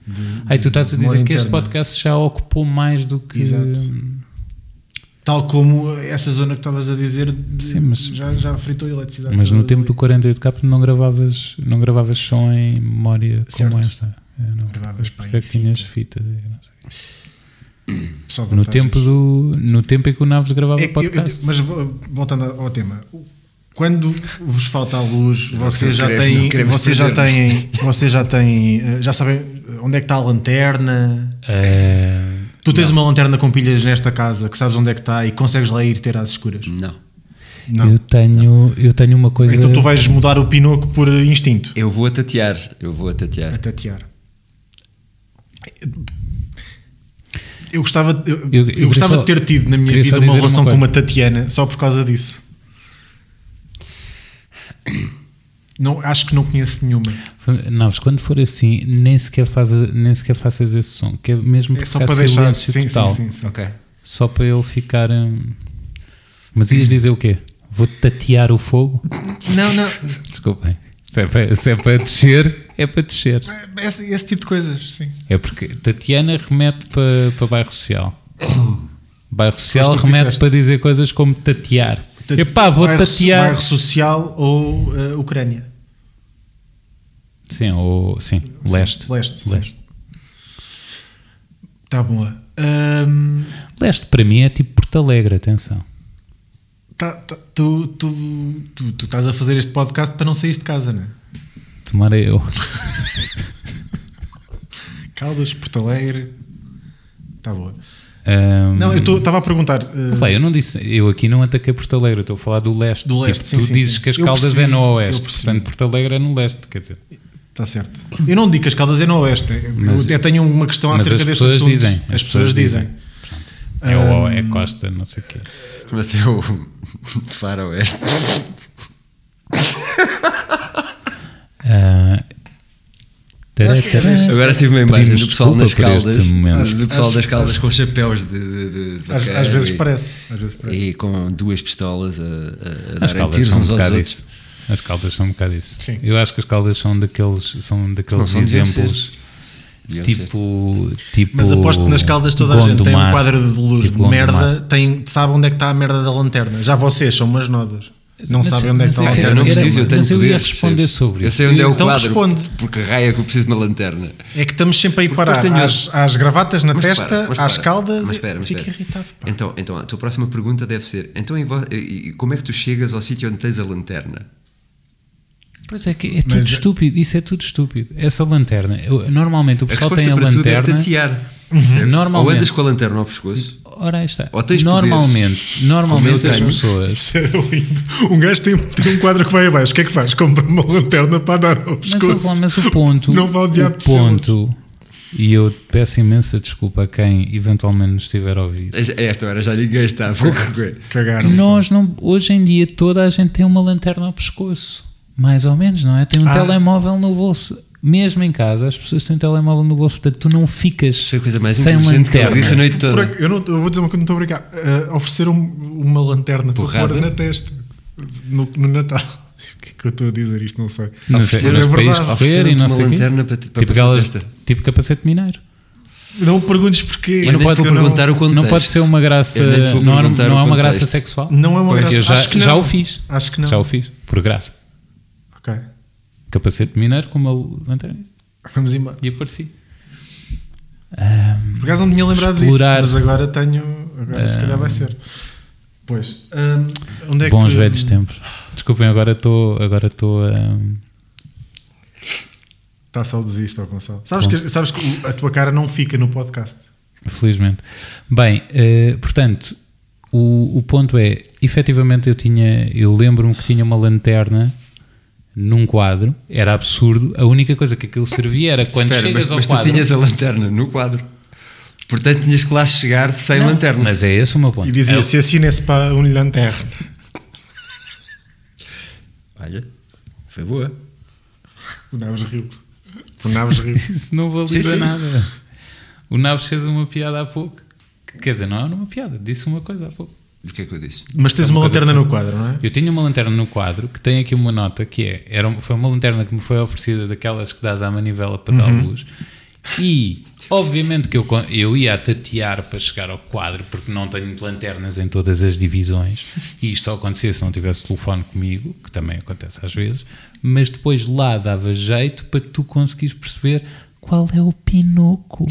De-
Aí tu
de
estás a dizer
memória
que este
interna.
podcast já ocupou mais do que.
Exato. Tal como essa zona que estavas a dizer, de-
Sim, mas-
já, já fritou a eletricidade.
Mas no
toda
tempo
ali.
do 48k não gravavas, não gravavas som em memória
Certo.
como esta. Eu não-
Gravavas pá,
Porque é
em
que tinhas
fita.
fitas. e não sei.
Só
No,
vantagens.
tempo do, no tempo em que o Naves gravava
É que eu- eu-
podcast.
mas vo- voltando ao tema, quando vos falta a luz, vocês já
queremos- não
têm,
queremos
vocês já
perder-nos.
têm, vocês já têm, eh, já sabem onde é que está a lanterna.
É,
Tu tens uma lanterna com pilhas nesta casa que sabes onde é que está e consegues lá ir ter às escuras.
Não.
Não.
eu, tenho, eu tenho uma coisa.
Então tu vais mudar o pinoco por instinto.
Eu vou a tatear. Eu vou a
A
tatear.
tatear. Eu gostava, de- eu, eu
Eu- eu
gostava
queria
de ter
só-
tido na minha
queria só
vida uma
dizer uma
relação com
coisa.
uma Tatiana só por causa disso. Não, acho que não conheço nenhuma.
Naves, quando for assim, nem sequer, faz, nem sequer faças esse som. Que é mesmo
É
porque
só
há
para deixar.
silêncio
Sim,
total.
sim, sim, sim.
Ok.
Só para ele ficar. hum, Mas ias dizer o quê? Vou tatear o fogo?
Não, não.
Desculpem. Se é para, se é para descer, é para descer.
Esse, esse tipo de coisas, sim.
É porque Tatiana remete para, para bairro social. Bairro social
Foste tu que
remete
disseste.
para dizer coisas como tatear.
Tat-
Epá, vou
bairro,
tatear.
Bairro social ou eh, Ucrânia.
Sim, ou sim, leste.
leste, sim.
Leste.
Tá boa. Ahm,
Leste, para mim é tipo Porto Alegre, atenção.
tá- tá- tu, tu, tu, tu estás a fazer este podcast para não sair de casa, não é?
Tomara eu.
Caldas, Porto Alegre. Tá boa.
Ahm,
Não, eu estava a perguntar. eh,
sei, eu não disse, eu aqui não ataquei Porto Alegre, eu estou a falar do leste.
Do
Tipo,
leste, sim,
tu
sim,
dizes
sim.
que as
Eu
Caldas é
percebi,
no
eu
oeste,
percebi.
portanto Porto Alegre é no leste, quer dizer.
Está tá certo. Eu não digo que as Caldas é no Oeste. Eu
Mas-
até tenho uma questão
mas
acerca
as
desse
pessoas
assunto.
dizem,
As, pessoas dizem.
É, o, é
Ahm,
Costa, não sei o quê.
Mas é o faroeste.
Ah, tará,
Acho que- é
tará.
Agora tive uma imagem
Ah, Pedimos
do pessoal
desculpa
das
por este
caldas. Ah,
momento.
Do pessoal
Acho-
das caldas com chapéus de. de, de
Às,
vaqueiro
às vezes
e-
parece. Às vezes parece.
E com duas pistolas a, a, a
As
darem
caldas
tiros
são um
uns aos
bocado
outros.
isso. As caldas são um bocado isso.
Sim.
Eu acho que as caldas são daqueles, são daqueles
são deviam
exemplos
Deviam ser.
tipo, tipo.
Mas aposto que nas Caldas toda a gente tem um
Gondomar.
quadro de luz
Tipo
de merda,
Gondomar.
tem, sabe onde é que está a merda da lanterna. Já vocês são umas nodas. Não
Mas-
sabem onde é que
mas
está a
é que
Eu
lanterna.
não
Era-
preciso, eu tenho
mas eu ia
poderes,
responder
percebes?
sobre
Eu
isso.
sei onde é o
Então
quadro.
responde.
Porque raia que eu preciso de uma lanterna.
É que estamos sempre a ir
Porque
parar
depois tenho
às, às gravatas na
Mas
testa,
para, mas
às
para,
caldas.
mas
e
espera, mas
fico
espera.
irritado. pá.
Então, então, a tua próxima pergunta deve ser: então, em vo- e- e como é que tu chegas ao sítio onde tens a lanterna?
Pois é, que é tudo
Mas-
estúpido. Isso é tudo estúpido. Essa lanterna. eu- normalmente o
A
pessoal
resposta
tem a
para tudo é
lanterna. uhum.
tatear. percebes? Ou
Normalmente.
andas com a lanterna ao pescoço,
Ora, aí está.
Ou tens
Normalmente, normalmente
Como eu
as
tenho.
pessoas.
Isso era lindo. Um gajo tem, tem um quadro que vai abaixo. O que é que faz? Compra uma lanterna para dar ao
Mas, eu
pescoço.
vou- mas o ponto,
Não vale
o
diabo de cebolas.
ponto, e eu peço imensa desculpa a quem eventualmente nos estiver a ouvir.
a esta hora já ninguém está a ver.
Cagaram.
Nós não, hoje em dia toda a gente tem uma lanterna ao pescoço, mais ou menos, não é? Tem um
Ah.
telemóvel no bolso. Mesmo em casa, as pessoas têm um telemóvel no bolso, portanto tu não ficas
Foi é a coisa mais
sem
inteligente que eu
lanterna.
disse a noite
Por
toda.
ac- eu, não- eu vou dizer uma coisa, não estou a brincar. Ah, ofereceram uma lanterna
Porrada?
para pôr na testa no, no Natal. O que é que eu estou a dizer isto? Não sei.
Não sei,
Ofereceram-
eras
é
para ires
verdade.
correr e
Ofereceram-te
não
uma
sei o quê.
lanterna para ti- para
tipo,
pôr na
aquelas-
testa.
tipo capacete mineiro.
Não perguntes porquê.
Eu não
nem
posso
te vou perguntar o contexto.
Não pode ser uma graça,
Eu nem te vou
não, é-
perguntar
não
o
é uma
contexto.
graça sexual.
Não é uma
Pois,
graça.
Eu já,
Acho que
já
não.
o fiz.
Acho que não.
Já o fiz, por graça.
Ok.
Capacete mineiro com uma lanterna
Vamos embora.
e apareci.
Por acaso não me tinha lembrado
Explorar. Ah.
disso. Mas agora tenho. Agora se calhar vai ser. Pois. hum, onde é
Bons
que,
velhos tempos. Desculpem, agora estou agora estou hum, a.
Está saudosista ao Gonçalo. Sabes que, sabes que o- a tua cara não fica no podcast.
Felizmente. Bem, eh, portanto, o, o ponto é, efetivamente eu tinha, eu lembro-me que tinha uma lanterna num quadro, era absurdo, a única coisa que aquilo servia era quando
Espera,
chegas
mas,
ao
mas tu
quadro...
tinhas a lanterna no quadro. Portanto, tinhas que lá chegar sem
Não,
lanterna. assim,
Mas é
assim
esse o meu ponto.
E dizia:
É-
se assina-se para um lanterna.
Olha, foi boa.
O Naves riu. O Naves riu.
Isso não valida
Sim, sim.
nada. O Naves fez uma piada há pouco. que- Quer dizer, não é uma piada, disse uma coisa há pouco.
O que é que eu disse?
Mas tens
É uma
uma
coisa
lanterna
que-
no quadro, não é?
Eu tenho uma lanterna no quadro que tem aqui uma nota que é: era, um- foi uma lanterna que me foi oferecida daquelas que dás à manivela para dar luz. E, obviamente, que eu, con- eu ia a tatear para chegar ao quadro porque não tenho lanternas em todas as divisões. E isto só acontecia se não tivesse telefone comigo, que também acontece às vezes. Mas depois lá dava jeito para tu conseguires perceber qual é o pinoco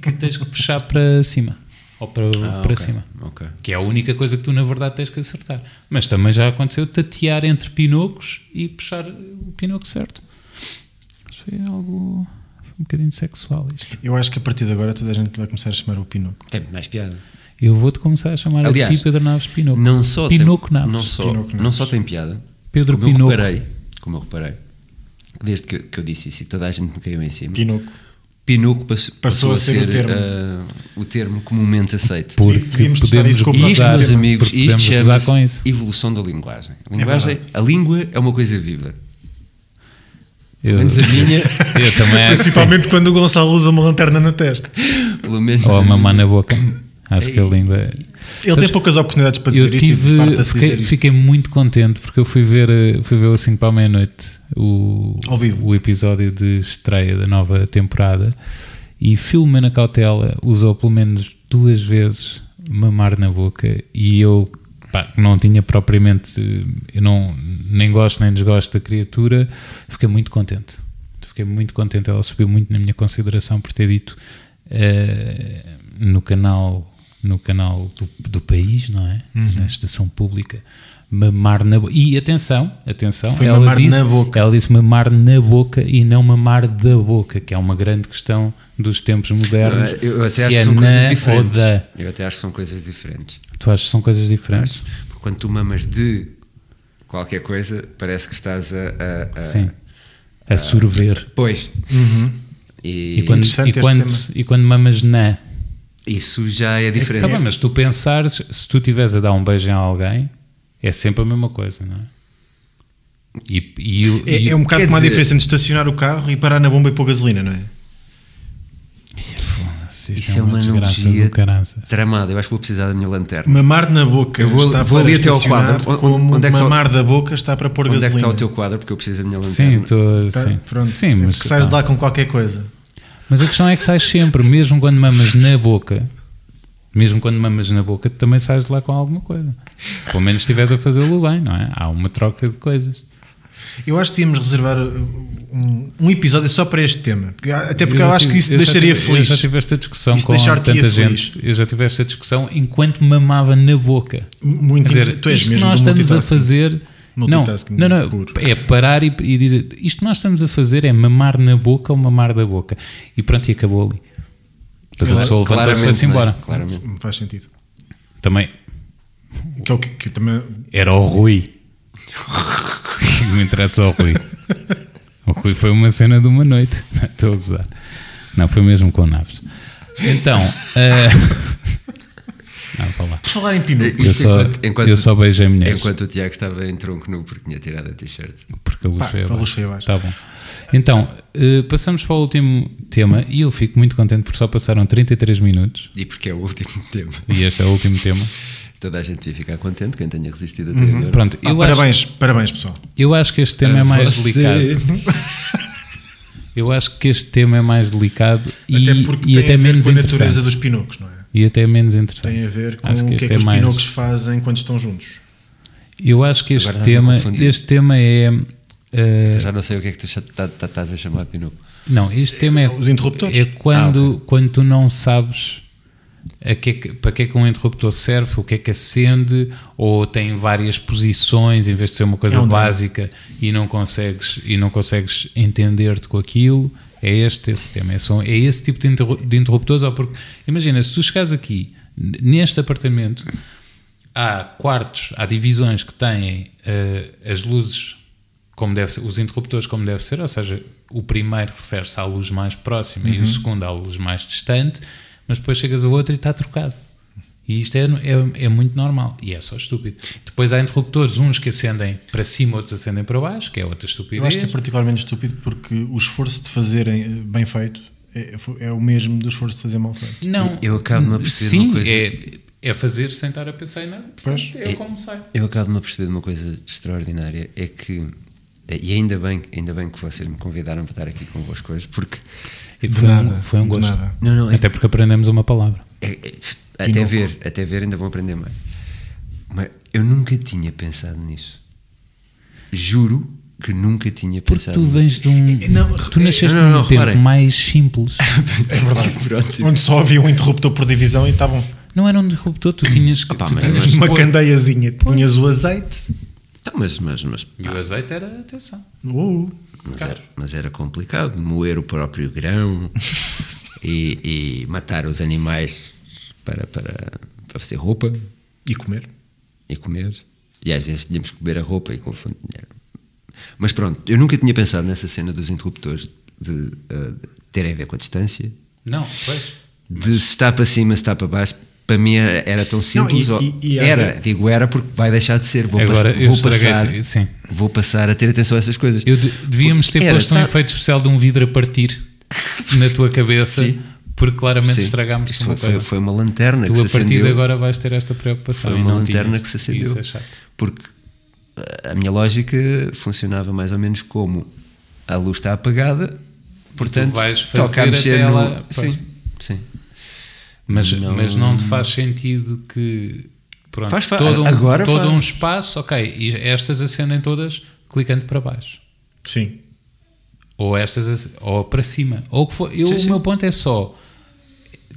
que tens que puxar para cima ou para, para
ok,
cima.
ok.
Que é a única coisa que tu, na verdade, tens que acertar. Mas também já aconteceu tatear entre pinocos e puxar o pinoco certo. Isso foi algo. Foi um bocadinho sexual isto.
Eu acho que a partir de agora toda a gente vai começar a chamar o Pinoco.
Tem mais piada.
Eu vou-te começar a chamar a
Aliás,
ti Pedro Naves Pinoco.
Não só
Pinoco
tem,
Naves.
não só,
Pinoco Naves.
não só tem piada.
Pedro
como
Pinoco.
Eu reparei, como eu reparei, que desde que, que eu disse isso e toda a gente me caiu em cima,
Pinoco.
Pinoco pass-
Passou a ser o termo.
ah, o termo comumente aceito.
Porque
Devíamos testar
podemos
isso com o
E isto,
gozar-
meus amigos,
porque
isto
podemos gozar com isso.
chama-se evolução da linguagem. A,
É
linguagem a língua é uma coisa viva.
Eu,
Pelo menos a minha,
eu também acho. que sim.
Principalmente quando o Gonçalo usa uma lanterna na testa.
pelo menos
Ou
a
a mamar na boca. Acho que a língua. é
Ele tem poucas oportunidades para
Eu
dizer isto e
tive,
farta-se de
fiquei,
dizer isto.
fiquei muito contente porque eu fui ver, eh, fui ver o 5 para a meia-noite o,
Ao vivo.
o episódio de estreia da nova temporada e Filomena Cautela usou pelo menos duas vezes mamar na boca e eu pá, não tinha propriamente eh, eu não, nem gosto nem desgosto da criatura, fiquei muito contente fiquei muito contente, ela subiu muito na minha consideração por ter dito eh, no canal no canal do, do país, não é?
Uhum.
Na estação pública, mamar na boca. E atenção, atenção,
Foi
ela
mamar
disse,
na boca.
ela disse mamar na boca e não mamar da boca, que é uma grande questão dos tempos modernos.
Eu eu até
se
acho
é
que são coisas
na
diferentes.
ou da.
Eu até acho que são coisas diferentes.
Tu achas que são coisas diferentes?
Acho. Porque quando tu mamas de qualquer coisa, parece que estás a. a- a-
Sim. A
É.
sorver.
Pois.
Uhum.
E,
E quando,
Interessante
e,
este
quando,
tema.
e quando mamas na.
isso já é
Tá
diferente.
bem, mas tu pensares, se tu estiveres a dar um beijo a alguém, é sempre a mesma coisa, não é? E, e, o- e
É, é um
o-
bocado
quer
como a
dizer-
diferença entre estacionar o carro e parar na bomba e pôr gasolina, não é?
Foda-se, isto
isso é uma
desgraça do
analogia
caraças.
tramada. Eu acho que vou precisar da minha lanterna.
Mamar na boca
Eu vou-
está
vou
para
ali até ao
estacionar
quadro. Onde-
como
onde é que está o-
mamar da boca está para pôr
Onde é que
gasolina.
está o teu quadro? Porque eu preciso da minha
Sim,
lanterna.
estou
Tá,
sim.
pronto.
Sim,
É
mas,
porque sais de
tá.
lá com qualquer coisa.
mas a questão é que sais sempre, mesmo quando mamas na boca, mesmo quando mamas na boca, também sais de lá com alguma coisa. Pelo menos estiveres a fazê-lo bem, não é? Há uma troca de coisas.
Eu acho que devíamos reservar um, um episódio só para este tema. Porque- Até É porque eu,
já
acho
tive-
que isso
eu já
deixaria
tive-
feliz.
Eu já tive esta discussão
Isso
com
deixar-te-ia
tanta
feliz.
gente. Eu já tive esta discussão enquanto mamava na boca.
Muito
Quer dizer,
inter- tu és
isto
mesmo
nós
do
estamos a
multitasking.
fazer. Não,
Multitasking
não, não,
puro.
é parar e, e dizer isto que nós estamos a fazer é mamar na boca ou mamar da boca. E pronto, e acabou ali. Depois a
Cla-
pessoa levantou-se e
claramente,
foi-se
não é?
embora.
Claramente.
Faz sentido.
Também
Que é o que, que também.
era o Rui. Não me interessa o Rui. O Rui foi uma cena de uma noite. Não, Estou a gozar. Não, foi mesmo com naves. Então. eh, Não, vá lá.
Por falar em Pinoco.
Eu
Isto
só,
enquanto- enquanto-
eu só beijei mulheres.
Enquanto o Tiago estava em tronco nu porque tinha tirado a t-shirt.
Porque a luz
Pá,
foi
a
abaixo.
luz foi abaixo.
Tá bom. Então, eh, passamos para o último tema e eu fico muito contente porque só passaram 33 minutos
E porque é o último tema.
e este é o último tema.
Toda a gente devia ficar contente, quem tenha resistido até agora.
Uhum, Pronto,
Ah,
eu, acho,
parabéns, parabéns, pessoal.
eu acho que este tema é mais delicado. Eu acho que este tema é mais delicado e
até porque
e
tem
até
a ver
menos
com a natureza
interessante.
dos Pinocos, não é?
E até menos interessante.
Tem a ver com
Acho
o que é
este
que
é
os
mais-
Pinocos fazem quando estão juntos.
Eu acho que este
Agora já me
tema,
confundi.
este tema é. eh,
Já não sei o que é que tu cha- tá- tá- estás a chamar Pinoco.
não, este tema é.
Os interruptores. Ah,
É quando, quando tu não sabes a que é que- para que é que um interruptor serve, o que é que acende, ou tem várias posições em vez de ser uma coisa
É um drama.
básica e não consegues, e não consegues entender-te com aquilo. É este esse tema. É, só- é esse tipo de, interru- de interruptores. Ou porque, imagina, se tu chegares aqui, n- neste apartamento, há quartos, há divisões que têm eh, as luzes como deve ser, os interruptores como deve ser, ou seja, o primeiro refere-se à luz mais próxima e o segundo à luz mais distante, mas depois chegas ao outro e está trocado. E isto é, é, é, muito normal e é só estúpido. Depois há interruptores, uns que acendem para cima, outros acendem para baixo, que é outra estupidez.
Eu acho que é particularmente estúpido porque o esforço de
eh,
fazerem bem feito é, é o mesmo do esforço de fazer mal feito.
Não,
eu acabo-me a perceber
sim,
uma coisa.
É, é fazer sem estar a pensar em nada. Pois. É como sai.
Eu acabo-me a perceber de uma coisa extraordinária: é que, e ainda bem, ainda bem que vocês me convidaram para estar aqui convosco hoje, porque.
E foi,
nada,
um, foi um
de
gosto.
nada.
Não, não, é-
Até porque aprendemos uma palavra.
é- é- até
Tinoco.
ver, até ver, ainda vão aprender mais. Mas eu nunca tinha pensado nisso. Juro que nunca tinha
Porque
pensado
tu vens
nisso.
de um.
não,
tu nasceste
não, não,
num tempo
reparem.
mais simples.
É verdade.
Pronto,
Tipo.
Onde só havia um interruptor por divisão e está bom.
Não era um interruptor, tu tinhas que.
Opa,
tu
mas-
tinhas
mas-
que
Uma
pôr-
candeiazinha, punhas o azeite.
Então, mas, mas, mas,
E o azeite era atenção.
Uh,
mas, era, mas era complicado. Moer o próprio grão e, e matar os animais para, para, para fazer roupa
e comer.
e comer. E às vezes tínhamos que comer a roupa e confundir. Mas pronto, eu nunca tinha pensado nessa cena dos interruptores de, eh, de terem a ver com a distância,
Não, pois.
de se está para cima, se está para baixo. Para mim era, era tão simples.
e-
ou-
e- e às
era,
vezes-
digo era porque vai deixar de ser. Vou,
Agora
passa-
eu
vou
estraguei-te,
passar,
sim.
vou passar a ter atenção a essas coisas.
Eu de- devíamos ter
Era,
posto um
tá-
efeito especial de um vidro a partir na tua cabeça,
Sim.
porque claramente
Sim.
estragámos
Isto
uma
foi,
coisa.
foi, foi uma lanterna
tu
que
a
se
partir
acendeu.
de agora vais ter esta preocupação.
foi
e
uma
não
lanterna
tinhas.
que se acendeu.
Isso é chato.
Porque eh, a minha lógica funcionava mais ou menos como a luz está apagada, portanto,
vais
toca a
fazer
mexer
até
no-
ela- pois.
Sim, sim.
Mas
Não-
não, mas não te faz sentido que. Pronto,
Faz fa-
todo um,
agora
todo
faz.
um espaço, ok, e estas acendem todas clicando para baixo.
Sim.
Ou estas, ac- ou para cima. Ou o que for. Eu,
Sim, sim.
O meu ponto é só.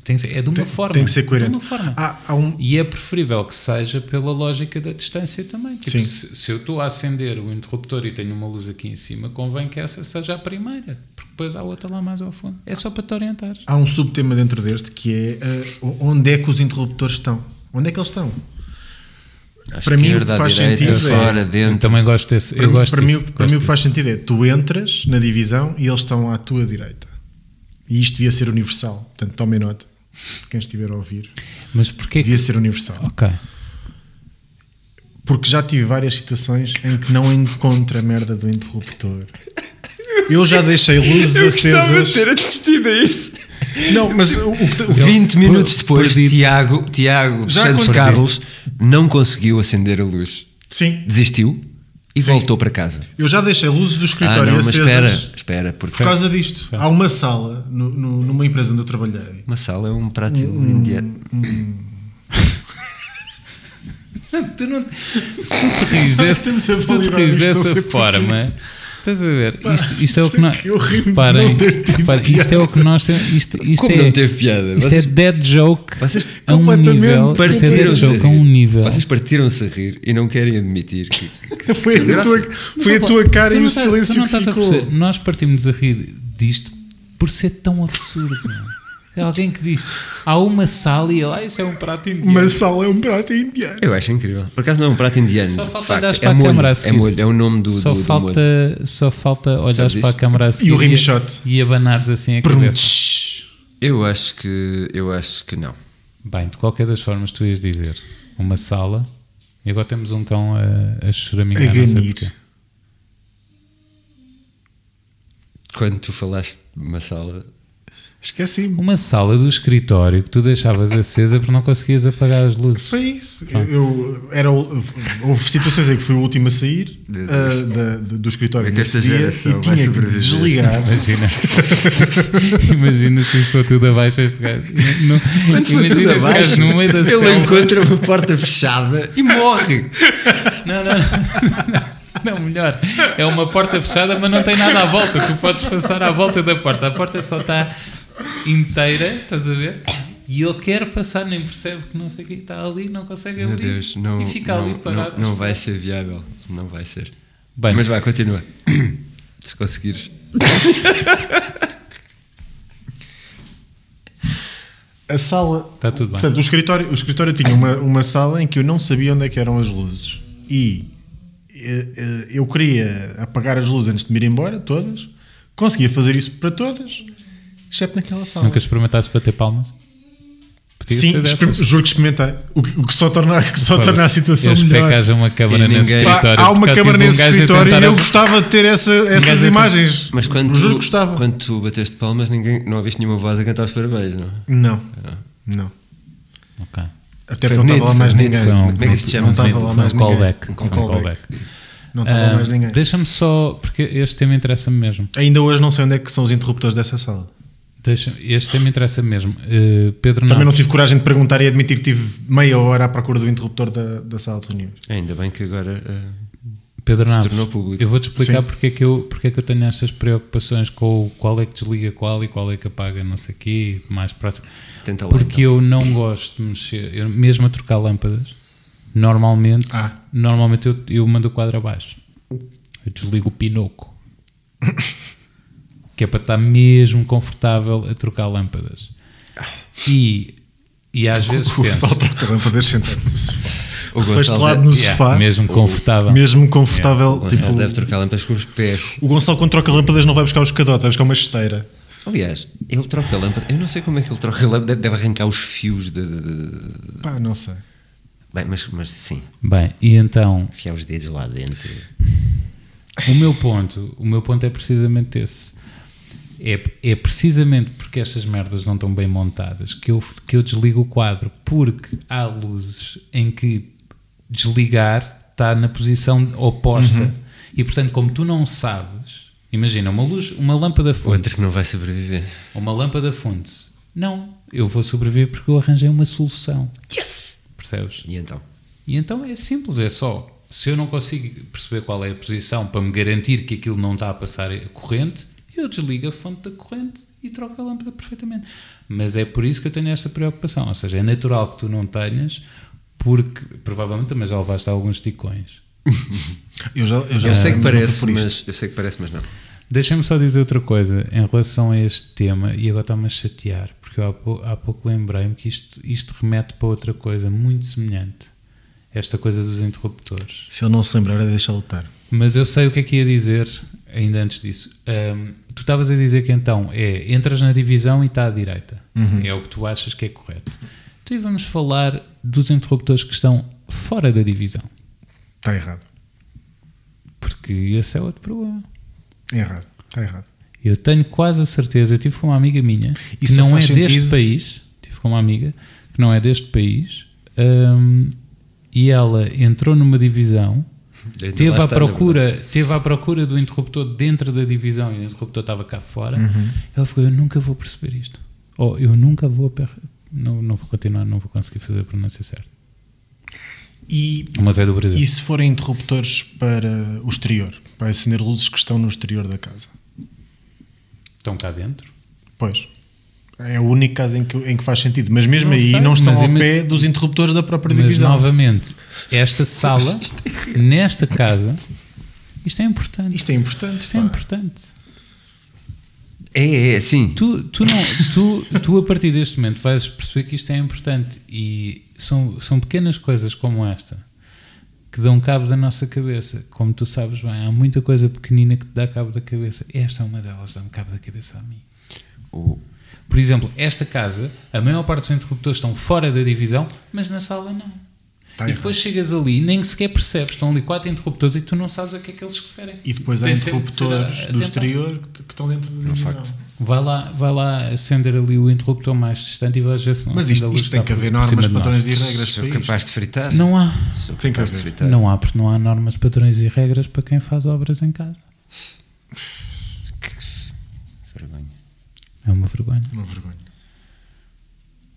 Tem que ser- é de uma
Tem-
forma.
tem que ser coerente.
De uma forma.
Há- há um-
E é preferível que seja pela lógica da distância também. Tipo,
Sim.
Se, se eu estou a acender o interruptor e tenho uma luz aqui em cima, convém que essa seja a primeira, porque depois há outra lá mais ao fundo. É só para te orientar.
Há um subtema dentro deste que é ah, onde é que os interruptores estão? Onde é que eles estão?
À
Para mim, o que
esquerda, à
faz
direita,
sentido é-
fora,
Eu
dentro.
também gosto desse.
Para,
eu
mim-
gosto
para mim,
disso,
o- para mim o que
gosto
faz
disso.
sentido é tu entras na divisão e eles estão à tua direita. E isto devia ser universal. Portanto, tomem nota. Quem estiver a ouvir,
Mas porquê que.
devia ser universal.
Ok.
Porque já tive várias situações em que não encontro a merda do interruptor. Eu já deixei luzes acesas.
assistido a isso.
Não, mas o, o que- o-
20 minutos depois,
perdido.
Tiago, Tiago dos
Já
Santos
aconteceu.
Carlos não conseguiu acender a luz.
Sim,
Desistiu e
Sim.
voltou para casa.
eu já deixei luzes do
Ah,
escritório
não, mas espera,
acesas.
espera, porque
Por causa disto, há uma sala no- no- numa empresa onde eu trabalhei.
uma sala é um prato indiano.
Tu não- se tu te ris dessa,
Estamos a
se tu te
validar
ris
isto, não
dessa
sei porquê.
forma, estás a ver? Isto, isto é o que
sei
nós.
que eu ri-me de
Reparem,
não ter tido
reparem, isto é o que nós temos. Isto, isto
Como
é,
não teve piada?
Isto
Vocês-
é dead joke
Vocês
a um
completamente
nível. Isto é dead
Partiram-se a
joke a
rir.
um nível.
Vocês partiram-se a rir e não querem admitir que.
Foi a tua, foi a tua cara
Tu
e
não
o
estás- tu
silêncio
não
que
estás a
ficou.
perceber. Nós partimos a rir disto por ser tão absurdo. meu. É alguém que diz: há uma sala e lá isso é um prato indiano.
Uma sala é um prato indiano.
Eu acho incrível. Por acaso não é um prato indiano.
Só
de
falta
facto.
olhares
é
para a
molho,
câmara a
É
seguir.
molho, é o nome do.
só,
do- do
falta,
molho.
só falta olhares
Sabes
para a
isto?
câmara a seguir
o rim
e-
shot.
E abanares assim a
é
Prum,
cabeça.
tsh.
Eu acho que. Eu acho que não.
Bem, de qualquer das formas, tu ias dizer uma sala e agora temos um cão a, a choramingar.
A
não sei
ganir.
porquê.
Quando tu falaste de uma sala. é assim,
Esqueci-me.
Uma sala do escritório que tu deixavas acesa porque não conseguias apagar as luzes.
Foi isso. Eu, era, o- houve situações em que fui o último a sair
Deus.
ah, da- do, do escritório
É que
nesse
esta
dia e
geração
tinha
vai
que
sobreviver.
desligar.
Imagina. imagina se estou tudo abaixo este gajo. Não- imagina este gajo no meio da
ele
selva.
encontra uma porta fechada e morre.
Não, não, não. Não, melhor. É uma porta fechada, mas não tem nada à volta. Tu podes passar à volta da porta. A porta só está inteira, estás a ver? E ele quer passar, nem percebe que não sei o que está ali, não consegue
Meu
abrir.
Deus, não.
e fica ali
não-
parado.
não- não vai ser viável. Não vai ser.
Bem,
Mas vai, continua. Se conseguires.
A sala.
Está tudo bem.
Portanto, o escritório, o escritório tinha uma, uma sala em que eu não sabia onde é que eram as luzes. E eh, eh, eu queria apagar as luzes antes de me ir embora, todas. Conseguia fazer isso para todas, excepto naquela sala.
Nunca experimentaste bater palmas? Podia
Sim,
ser
exper-
dessas.
juro que experimentei. O que, o que só torna, que só torna a situação
eu espero que
melhor.
haja uma câmara
E
nesse
ninguém-
escritório.
Há uma
porque eu
câmara
tive um
nesse
gajo a
escritório e
tentar
eu
a-
gostava de ter essa-
gajo a
essas
tentar-
imagens.
Mas quando,
Juro que
tu,
gostava.
quando tu bateste palmas, ninguém, não ouviste nenhuma voz a cantar os parabéns, não? é?
Não, não.
Ok.
Até
Foi
porque não estava
bonito,
lá
foi
mais
bonito,
ninguém.
Foi um,
Como é que isto se chama?
foi-
Não estava lá
foi um
mais ninguém.
callback.
Um
Foi um
callback.
callback.
Não estava lá mais
Ah,
ninguém.
Deixa-me só, porque este tema interessa-me mesmo.
Ainda hoje não sei onde é que são os interruptores dessa sala.
Deixa, este tema interessa-me mesmo. Uh, Pedro
Também não
Naves,
tive coragem de perguntar e admitir que tive meia hora à procura do interruptor da, da sala de reuniões.
É, Ainda bem que agora. ah,
Pedro
se
Naves,
tornou público.
eu vou-te explicar
Sim.
porque é, que eu, porque é que eu tenho estas preocupações com o qual é que desliga qual e qual é que apaga não sei o quê, mais próximo.
Então,
tenta lá.
Porque eu não gosto de mexer, eu, mesmo a trocar lâmpadas, normalmente,
Ah.
normalmente eu, eu mando o quadro abaixo. Eu desligo o pinoco. que é para estar mesmo confortável a trocar lâmpadas. E, e às vezes
O Gonçalo
penso...
troca lâmpadas sentado no sofá.
então. O
Foste
Gonçalo
lá
deve-
no
Yeah,
sofá, mesmo,
mesmo confortável.
confortável.
o Gonçalo
tipo,
deve trocar lâmpadas com os pés.
o Gonçalo, quando troca lâmpadas, não vai buscar o escadote, vai buscar uma esteira.
Aliás, ele troca a lâmpada. Eu não sei como é que ele troca a lâmpada. Deve arrancar os fios de. de- de-
Pá, não sei.
Bem, mas, mas sim,
Bem, e então,
enfiar os dedos lá dentro.
o meu ponto, o meu ponto é precisamente esse. É, é precisamente porque estas merdas não estão bem montadas que eu, que eu desligo o quadro, porque há luzes em que desligar está na posição oposta. E portanto, como tu não sabes, imagina uma luz, uma lâmpada
O outro que
funde,
não vai sobreviver.
uma lâmpada funde. Não, eu vou sobreviver porque eu arranjei uma solução. Yes! Percebes?
E então?
E então é simples, é só. Se eu não consigo perceber qual é a posição para me garantir que aquilo não está a passar a corrente, eu desligo a fonte da corrente e troco a lâmpada perfeitamente. Mas é por isso que eu tenho esta preocupação. Ou seja, é natural que tu não tenhas, porque provavelmente também já levaste alguns ticões.
Eu, já, eu, já
Eu sei que
nunca fui
parece,
por isto.
mas eu sei que parece, mas não.
Deixa-me só dizer outra coisa em relação a este tema, e agora está-me a chatear, porque eu há, pou- há pouco lembrei-me que isto, isto remete para outra coisa muito semelhante. Esta coisa dos interruptores.
Se ele não se lembrar, é deixar lutar.
Mas eu sei o que é que ia dizer ainda antes disso. Ahm, tu estavas a dizer que então é entras na divisão e está à direita.
Uhum.
É o que tu achas que é correto. Então e vamos falar dos interruptores que estão fora da divisão.
Está errado.
Porque esse é outro problema.
É errado. Está errado.
Eu tenho quase a certeza, eu tive com uma amiga minha, que
Isso
não é
faz
deste
sentido.
país, tive com uma amiga que não é deste país, ahm, e ela entrou numa divisão
Então
Ainda Então lá
teve à
está, é na verdade.
procura teve à procura do interruptor dentro da divisão e o interruptor estava cá fora
Uhum.
ela ficou eu nunca vou perceber isto ou eu nunca vou aper- não, não vou continuar não vou conseguir fazer a pronúncia certa
E,
mas é do Brasil
e se forem interruptores para o exterior? Para acender luzes que estão no exterior da casa?
estão cá dentro
Pois. É o único caso em que, em que faz sentido. Mas mesmo
Não
aí
sei,
não estão
mas
ao
ima-
pé dos interruptores da própria
mas
divisão.
novamente esta sala nesta casa isto é importante
Isto é importante.
Isto é
pá.
importante
É, é, sim.
tu, tu, não, tu, tu a partir deste momento vais perceber que isto é importante e são, são pequenas coisas como esta que dão cabo da nossa cabeça. Como tu sabes bem, há muita coisa pequenina que te dá cabo da cabeça. Esta é uma delas, dá-me cabo da cabeça a mim.
O-
Por exemplo, esta casa, a maior parte dos interruptores estão fora da divisão, mas na sala não.
Tá
e depois chegas ali e nem sequer percebes, estão ali quatro interruptores e tu não sabes a que é que eles se referem.
E depois há
Tem sempre de ser
interruptores
a-
do
a tentar.
exterior que, que estão dentro da divisão.
Vai lá, vai lá acender ali o interruptor mais distante e vais ver se não
Mas
acende a
isto,
luz
isto tem
que
que
está
haver
por cima
normas,
de nós.
padrões e regras para
Sou
isto.
capaz de fritar.
Não há,
Sou
Tem que
capaz de
haver.
Tá.
fritar.
não há, porque não há normas, padrões e regras para quem faz obras em casa.
Vergonha.
É uma vergonha.
Uma vergonha.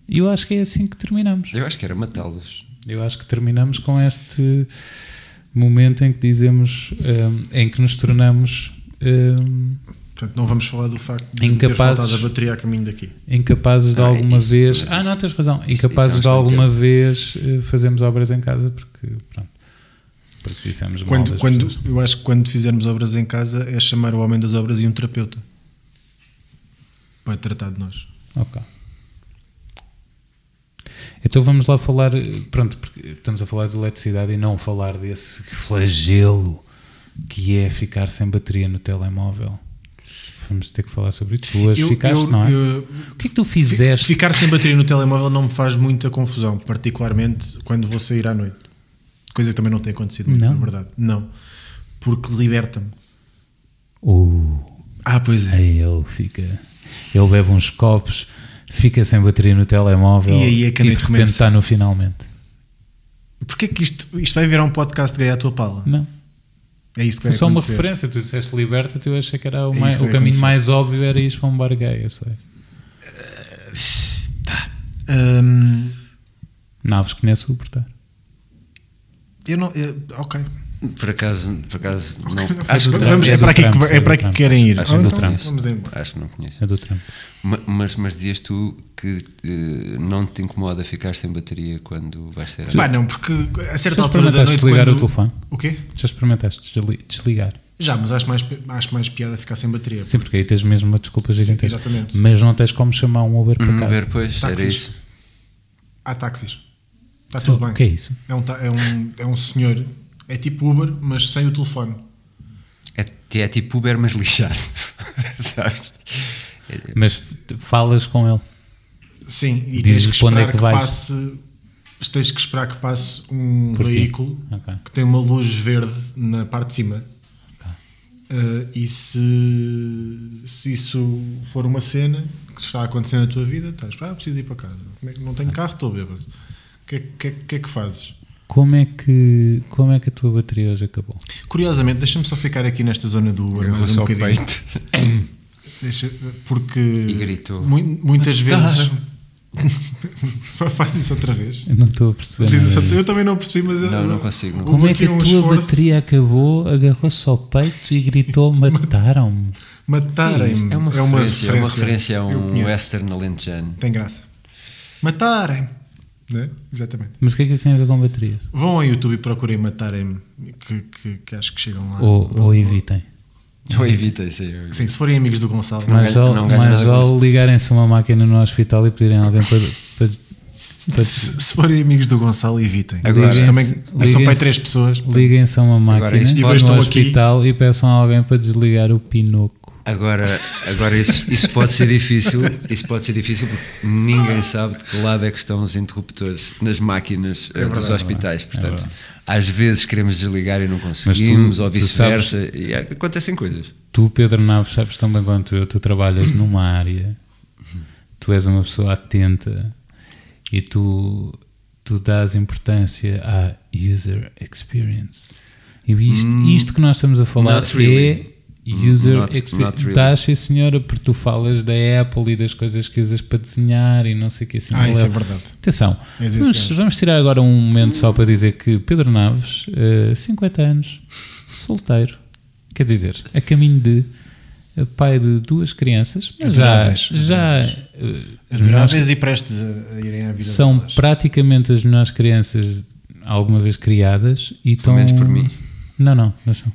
E eu acho que é assim que terminamos.
Eu acho que era matá-los.
Eu acho que terminamos com este momento em que dizemos, hum, em que nos tornamos hum,
Portanto, não vamos falar do facto de
Incapazes.
ter faltado a bateria a caminho daqui.
incapazes de
Ah,
alguma
isso,
vez.
mas
Ah,
isso-
não, tens razão.
isso é um
Incapazes de
excelente
alguma vez eh, fazermos obras em casa porque, pronto, porque dissemos mal
Quando,
das
quando,
pessoas.
eu acho que quando fizermos obras em casa é chamar o homem das obras e um terapeuta para tratar de nós.
Ok. Então vamos lá falar, pronto, porque estamos a falar de eletricidade e não falar desse flagelo que é ficar sem bateria no telemóvel. Vamos ter que falar sobre isso. Tu hoje ficaste, não é?
eu-
o que é que tu fizeste?
Ficar sem bateria no telemóvel não me faz muita confusão, particularmente quando vou sair à noite. Coisa que também não tem acontecido, muito,
Não?
na verdade. Não. Porque liberta-me.
Uh,
Ah, pois
aí ele fica. Ele bebe uns copos, fica sem bateria no telemóvel
E aí é que a
e de
noite
repente
começa.
está no finalmente.
Porquê que isto, isto vai virar um podcast de ganhar a tua pala?
Não.
É isso que
Foi
vai
só uma
acontecer.
referência. Tu disseste liberta-te, eu achei que era o,
É
mais-
isso
o
que vai
caminho
acontecer.
mais óbvio era ir para um bar gay, eu sei.
Hum,
Naves que nem é suportar.
eu não... eu- ok.
Por acaso, por acaso não.
Acho que Trump,
Vamos, é,
é do
para aqui
Trump,
que,
é
é
do
para aqui que
Trump,
querem ir. Ah,
acho que é do
então,
Trump.
vamos embora.
Acho que não conheço.
É do Trump.
Ma- Mas, mas dizias tu que eh, não te incomoda ficar sem bateria quando vais ser.
Pá, não, porque a certa
Já
altura
experimentaste
da noite.
desligar
quando-
o telefone?
O quê?
Já experimentaste desli- desligar?
Já, mas acho mais, acho mais piada ficar sem bateria.
Sim, então. porque aí tens mesmo uma desculpa gigantesca.
exatamente.
Mas não tens como chamar um Uber para
Hum,
casa.
ver, pois, era
Táxis.
isso.
Há táxis. Está
Oh,
Tá tudo bem.
que é isso?
É um, ta- é, um, é um senhor, é tipo Uber, mas sem o telefone.
É, é tipo Uber, mas lixado. Sabes?
Mas f- falas com ele.
Sim, e
Diz-lhe
tens que
para onde é
esperar
que
que,
vais.
passe. Tens que esperar que passe um
Por ti.
veículo
Ok.
que tem uma luz verde na parte de cima. Ah, e se, se isso for uma cena que está acontecendo na tua vida, estás, ah, preciso ir para casa. Como é que- Não tenho carro, estou bêbado. O que, é- que, é- que é que fazes?
Como é que, como é que a tua bateria hoje acabou?
Curiosamente, deixa-me só ficar aqui nesta zona do Uber
Mas
mais um
só
bocadinho.
peito.
Deixa- porque
gritou.
mui-
Tá.
muitas vezes faz isso outra vez.
Eu não estou a perceber.
Diz isso
nada
outra-
disso.
eu também não percebi, mas eu-
Não, não consigo, não
houve
Como é que
aqui
a
um
tua
esforço.
bateria acabou, agarrou-se ao peito e gritou: mataram-me.
matarem-me
É uma,
é uma
referência, é uma referência a
Eu
um
conheço.
western alentejano.
Tem graça. Matarem-me. Né? Exatamente.
Mas o que é que isso tem a ver com baterias?
Vão ao YouTube e procurem matarem-me, que, que, que acho que chegam lá.
Oh.
Ou, ou evitem.
Não evita isso aí.
Sim, se forem amigos do Gonçalo.
Não
Mas
ganho-
ao,
não ganho
mas
nada com
ao ligarem-se a uma máquina no hospital e pedirem a alguém para. para
Se, se forem amigos do Gonçalo, evitem.
Agora-
Isto também são para aí
liguem-se-
três pessoas.
Liguem-se a uma máquina
isto
e
pode-
no
estão aqui.
hospital e peçam a alguém para desligar o pinoco.
Agora, agora isso, isso pode ser difícil, isso pode ser difícil porque ninguém sabe de que lado é que estão os interruptores nas máquinas eh, dos hospitais. Portanto, às vezes queremos desligar e não conseguimos, ou
tu
vice-versa, e é, acontecem coisas.
Tu, Pedro Naves, sabes tão bem quanto eu, tu trabalhas numa área, tu és uma pessoa atenta e tu, tu dás importância à user experience. E isto,
Hum,
isto que nós estamos a falar
Not really.
é user
Not- not
experience.
really.
Dás, sim senhora, porque tu falas da Apple e das coisas que usas para desenhar e não sei o que assim.
Ah, isso é
leva-
verdade.
Atenção,
Mas
vamos,
esse gajo.
vamos tirar agora um momento só para dizer que Pedro Naves, eh, 50 anos, solteiro, quer dizer, a caminho de eh, pai de duas crianças, mas já,
Adoráveis,
já eh,
Adoráveis e prestes a, a irem à vida
são
delas.
praticamente as melhores crianças alguma vez criadas e estão...
menos por mim.
Não, não, não são.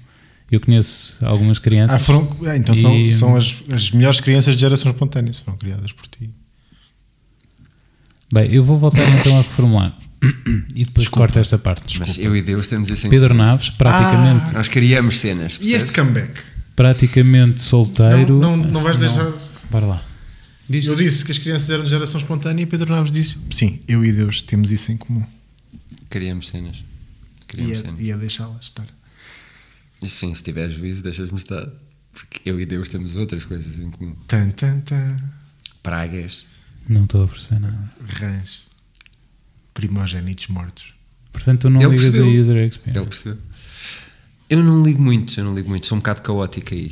Eu conheço algumas crianças.
Ah, foram, ah, então são,
E-
são as, as melhores crianças de geração espontânea, se foram criadas por ti.
Bem, eu vou voltar então a reformular e depois corto esta parte.
Mas eu e Deus temos isso em
Pedro Naves, praticamente,
Nós criamos cenas.
E este comeback?
praticamente solteiro.
Não, não, não vais deixar.
Bora lá.
Eu disse que as crianças eram de geração espontânea e Pedro Naves disse: Sim, eu e Deus temos isso em comum.
percebes? Criamos cenas.
E
Criamos
é,
cenas.
e é deixá-las estar.
E sim, se tiver juízo, deixas-me estar. Porque eu e Deus temos outras coisas em comum.
Tan, tan, tan.
Pragas.
Não estou a perceber nada.
Rãs. Primogênitos mortos.
Portanto, tu não
Ele
ligas
percebeu.
a user
É.
Ele
experience.
percebeu? Eu não ligo muito, eu não ligo muito, sou um bocado caótico aí.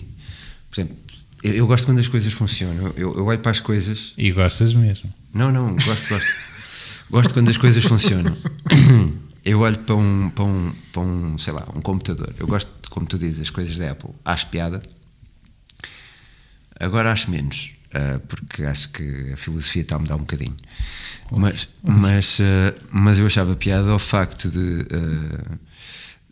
Por exemplo, eu, eu gosto quando as coisas funcionam. Eu, eu olho para as coisas.
E gostas mesmo.
Não, não, gosto, gosto. gosto quando as coisas funcionam. Eu olho para um, para, um, para um, sei lá, um computador. Eu gosto, de, como tu dizes, as coisas da Apple. Acho piada. Agora acho menos, ah, porque acho que a filosofia está a mudar um bocadinho. Mas, mas, ah, mas eu achava piada ao facto de ah,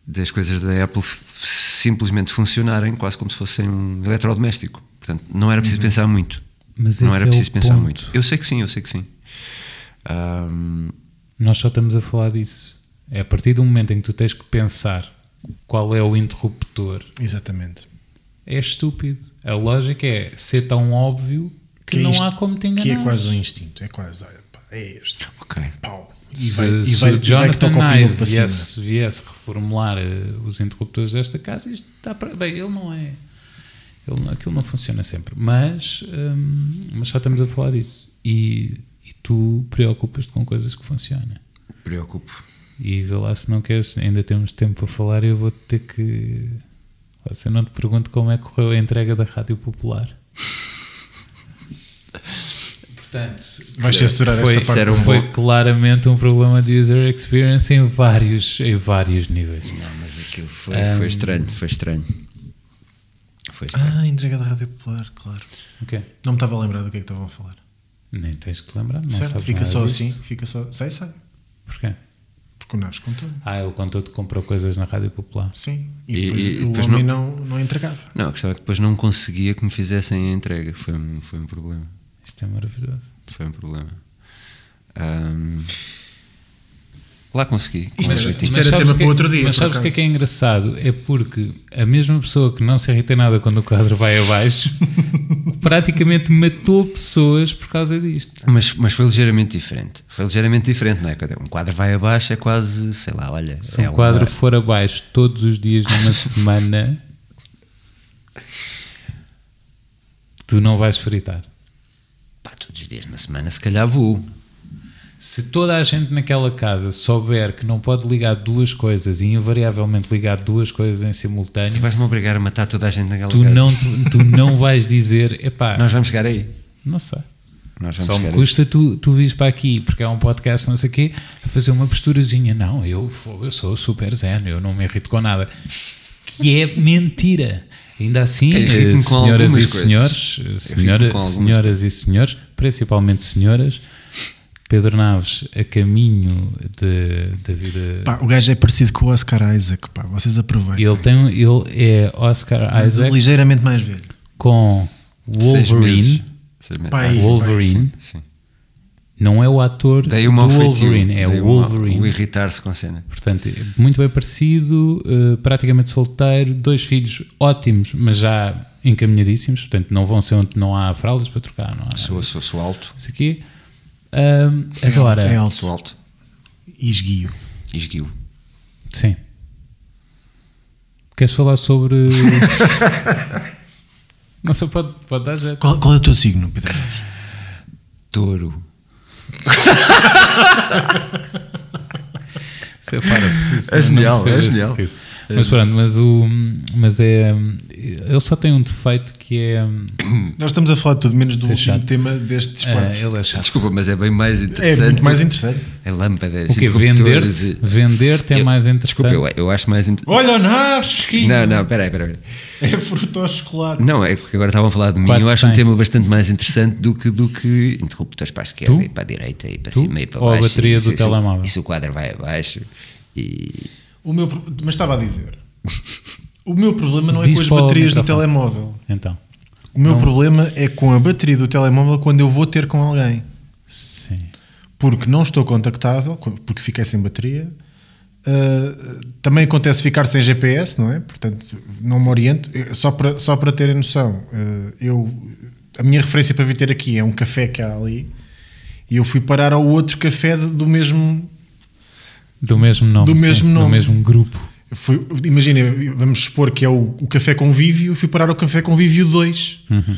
das coisas da Apple f- simplesmente funcionarem quase como se fossem um eletrodoméstico. Portanto, não era preciso pensar muito.
Mas
não
esse
era
é o
preciso pensar
ponto.
muito. Eu sei que sim, eu sei que sim. Ahm,
Nós só estamos a falar disso. É a partir do momento em que tu tens que pensar qual é o interruptor
Exatamente.
é estúpido. A lógica é ser tão óbvio que, que não isto, há como te enganar.
Que é quase um instinto, é quase, olha, pá, é este.
Ok.
Pau.
E se, vai, se e vai, Jonathan Nai viesse, viesse reformular uh, os interruptores desta casa, isto dá para. Bem, ele não é. Ele, aquilo não funciona sempre. Mas, um, mas só estamos a falar disso. E, e tu preocupas-te com coisas que funcionam.
Preocupo.
E vê lá se não queres, ainda temos tempo para falar, eu vou ter que. Se eu não te pergunto como é que correu a entrega da Rádio Popular. Portanto,
Vai censurar
foi,
esta parte.
Foi bom. claramente um problema de user experience em vários, em vários níveis.
Não, mas aquilo foi, um, foi estranho, foi estranho.
Foi estranho. Ah, entrega da Rádio Popular, claro.
Okay.
Não me estava a lembrar do que é que estavam a falar.
Nem tens que te lembrar, não
certo, fica só disto. assim, fica só. Sai, sai.
Porquê?
Porque o Naves contou.
Ah, ele contou-te que comprou coisas na Rádio Popular.
Sim. E depois, e, e depois o homem não, não, não entregava.
Não, a questão é que depois não conseguia que me fizessem a entrega. Foi um, foi um problema.
Isto é maravilhoso.
Foi um problema. Um, lá consegui.
é
Isto, era, isto era tema para outro dia.
Mas sabes o que é que é engraçado? É porque a mesma pessoa que não se irrita nada quando o quadro vai abaixo praticamente matou pessoas por causa disto.
Mas, mas foi ligeiramente diferente. Foi ligeiramente diferente, não é? Um quadro vai abaixo é quase, sei lá, olha.
Se
é
um quadro hora. for abaixo todos os dias numa semana, tu não vais fritar.
Pá, todos os dias numa semana, se calhar vou.
Se toda a gente naquela casa souber que não pode ligar duas coisas e invariavelmente ligar duas coisas em simultâneo, tu
vais-me obrigar a matar toda a gente naquela
tu
casa.
Não, tu, tu não vais dizer, epá,
nós vamos chegar aí.
Não sei. Só um me custa aí. tu, tu vires para aqui, porque é um podcast, não sei o quê, a fazer uma posturazinha. Não, eu, eu sou super zen, eu não me irrito com nada. Que é mentira. Ainda assim, eh, senhoras e senhores, senhora, senhoras e senhores, principalmente senhoras, Pedro Naves a caminho da vida.
Pá, o gajo é parecido com o Oscar Isaac, pá, vocês aproveitem.
Ele, tem, ele é Oscar Mas Isaac.
ligeiramente mais velho.
Com Wolverine. Seis meses. Seis meses. Pai, Wolverine. Pai, sim, sim. Não é o ator do Wolverine, é o Wolverine.
Uma, o irritar-se com a cena.
Portanto, muito bem parecido, eh, praticamente solteiro, dois filhos ótimos, mas já encaminhadíssimos. Portanto, não vão ser onde não há fraldas para trocar. Não há,
sou, sou, sou alto.
Isso aqui. Um, agora.
É alto.
É alto.
Esguio.
Esguio.
Sim. Queres falar sobre. não sei, pode, pode dar já.
Qual, qual, é o teu signo, Pedro?
Touro.
Você para,
isso é genial, é genial. Riso.
Mas pronto, mas, o, mas é. Ele só tem um defeito que é.
Nós estamos a falar tudo menos do último chato. tema destes quatro.
É, ele é chato.
Desculpa, mas é bem mais interessante.
É muito mais interessante.
É lâmpadas.
O quê? Vender-te? Vender-te é mais interessante.
Desculpa, eu, eu acho mais interessante.
Olha, naves,
Não, não, peraí, peraí.
É frutose chocolate.
Não, é porque agora estavam a falar de mim. 400. Eu acho um tema bastante mais interessante do que, do que interruptores para a esquerda tu? e para a direita e para tu? cima e para
Ou
baixo.
Ou a bateria do telemóvel.
E se o quadro vai abaixo e.
O meu, mas estava a dizer. o meu problema não é Diz com as baterias do telemóvel.
Então.
O meu não. problema é com a bateria do telemóvel quando eu vou ter com alguém.
Sim.
Porque não estou contactável, porque fiquei sem bateria. Uh, também acontece ficar sem GPS, não é? Portanto, não me oriento. Só para, só para terem noção, uh, eu, a minha referência para vir ter aqui é um café que há ali. E eu fui parar ao outro café do mesmo
do mesmo nome.
Do mesmo, sim, nome.
Do mesmo grupo.
Imagina, vamos supor que é o, o Café Convívio, fui parar o Café Convívio 2.
Uhum.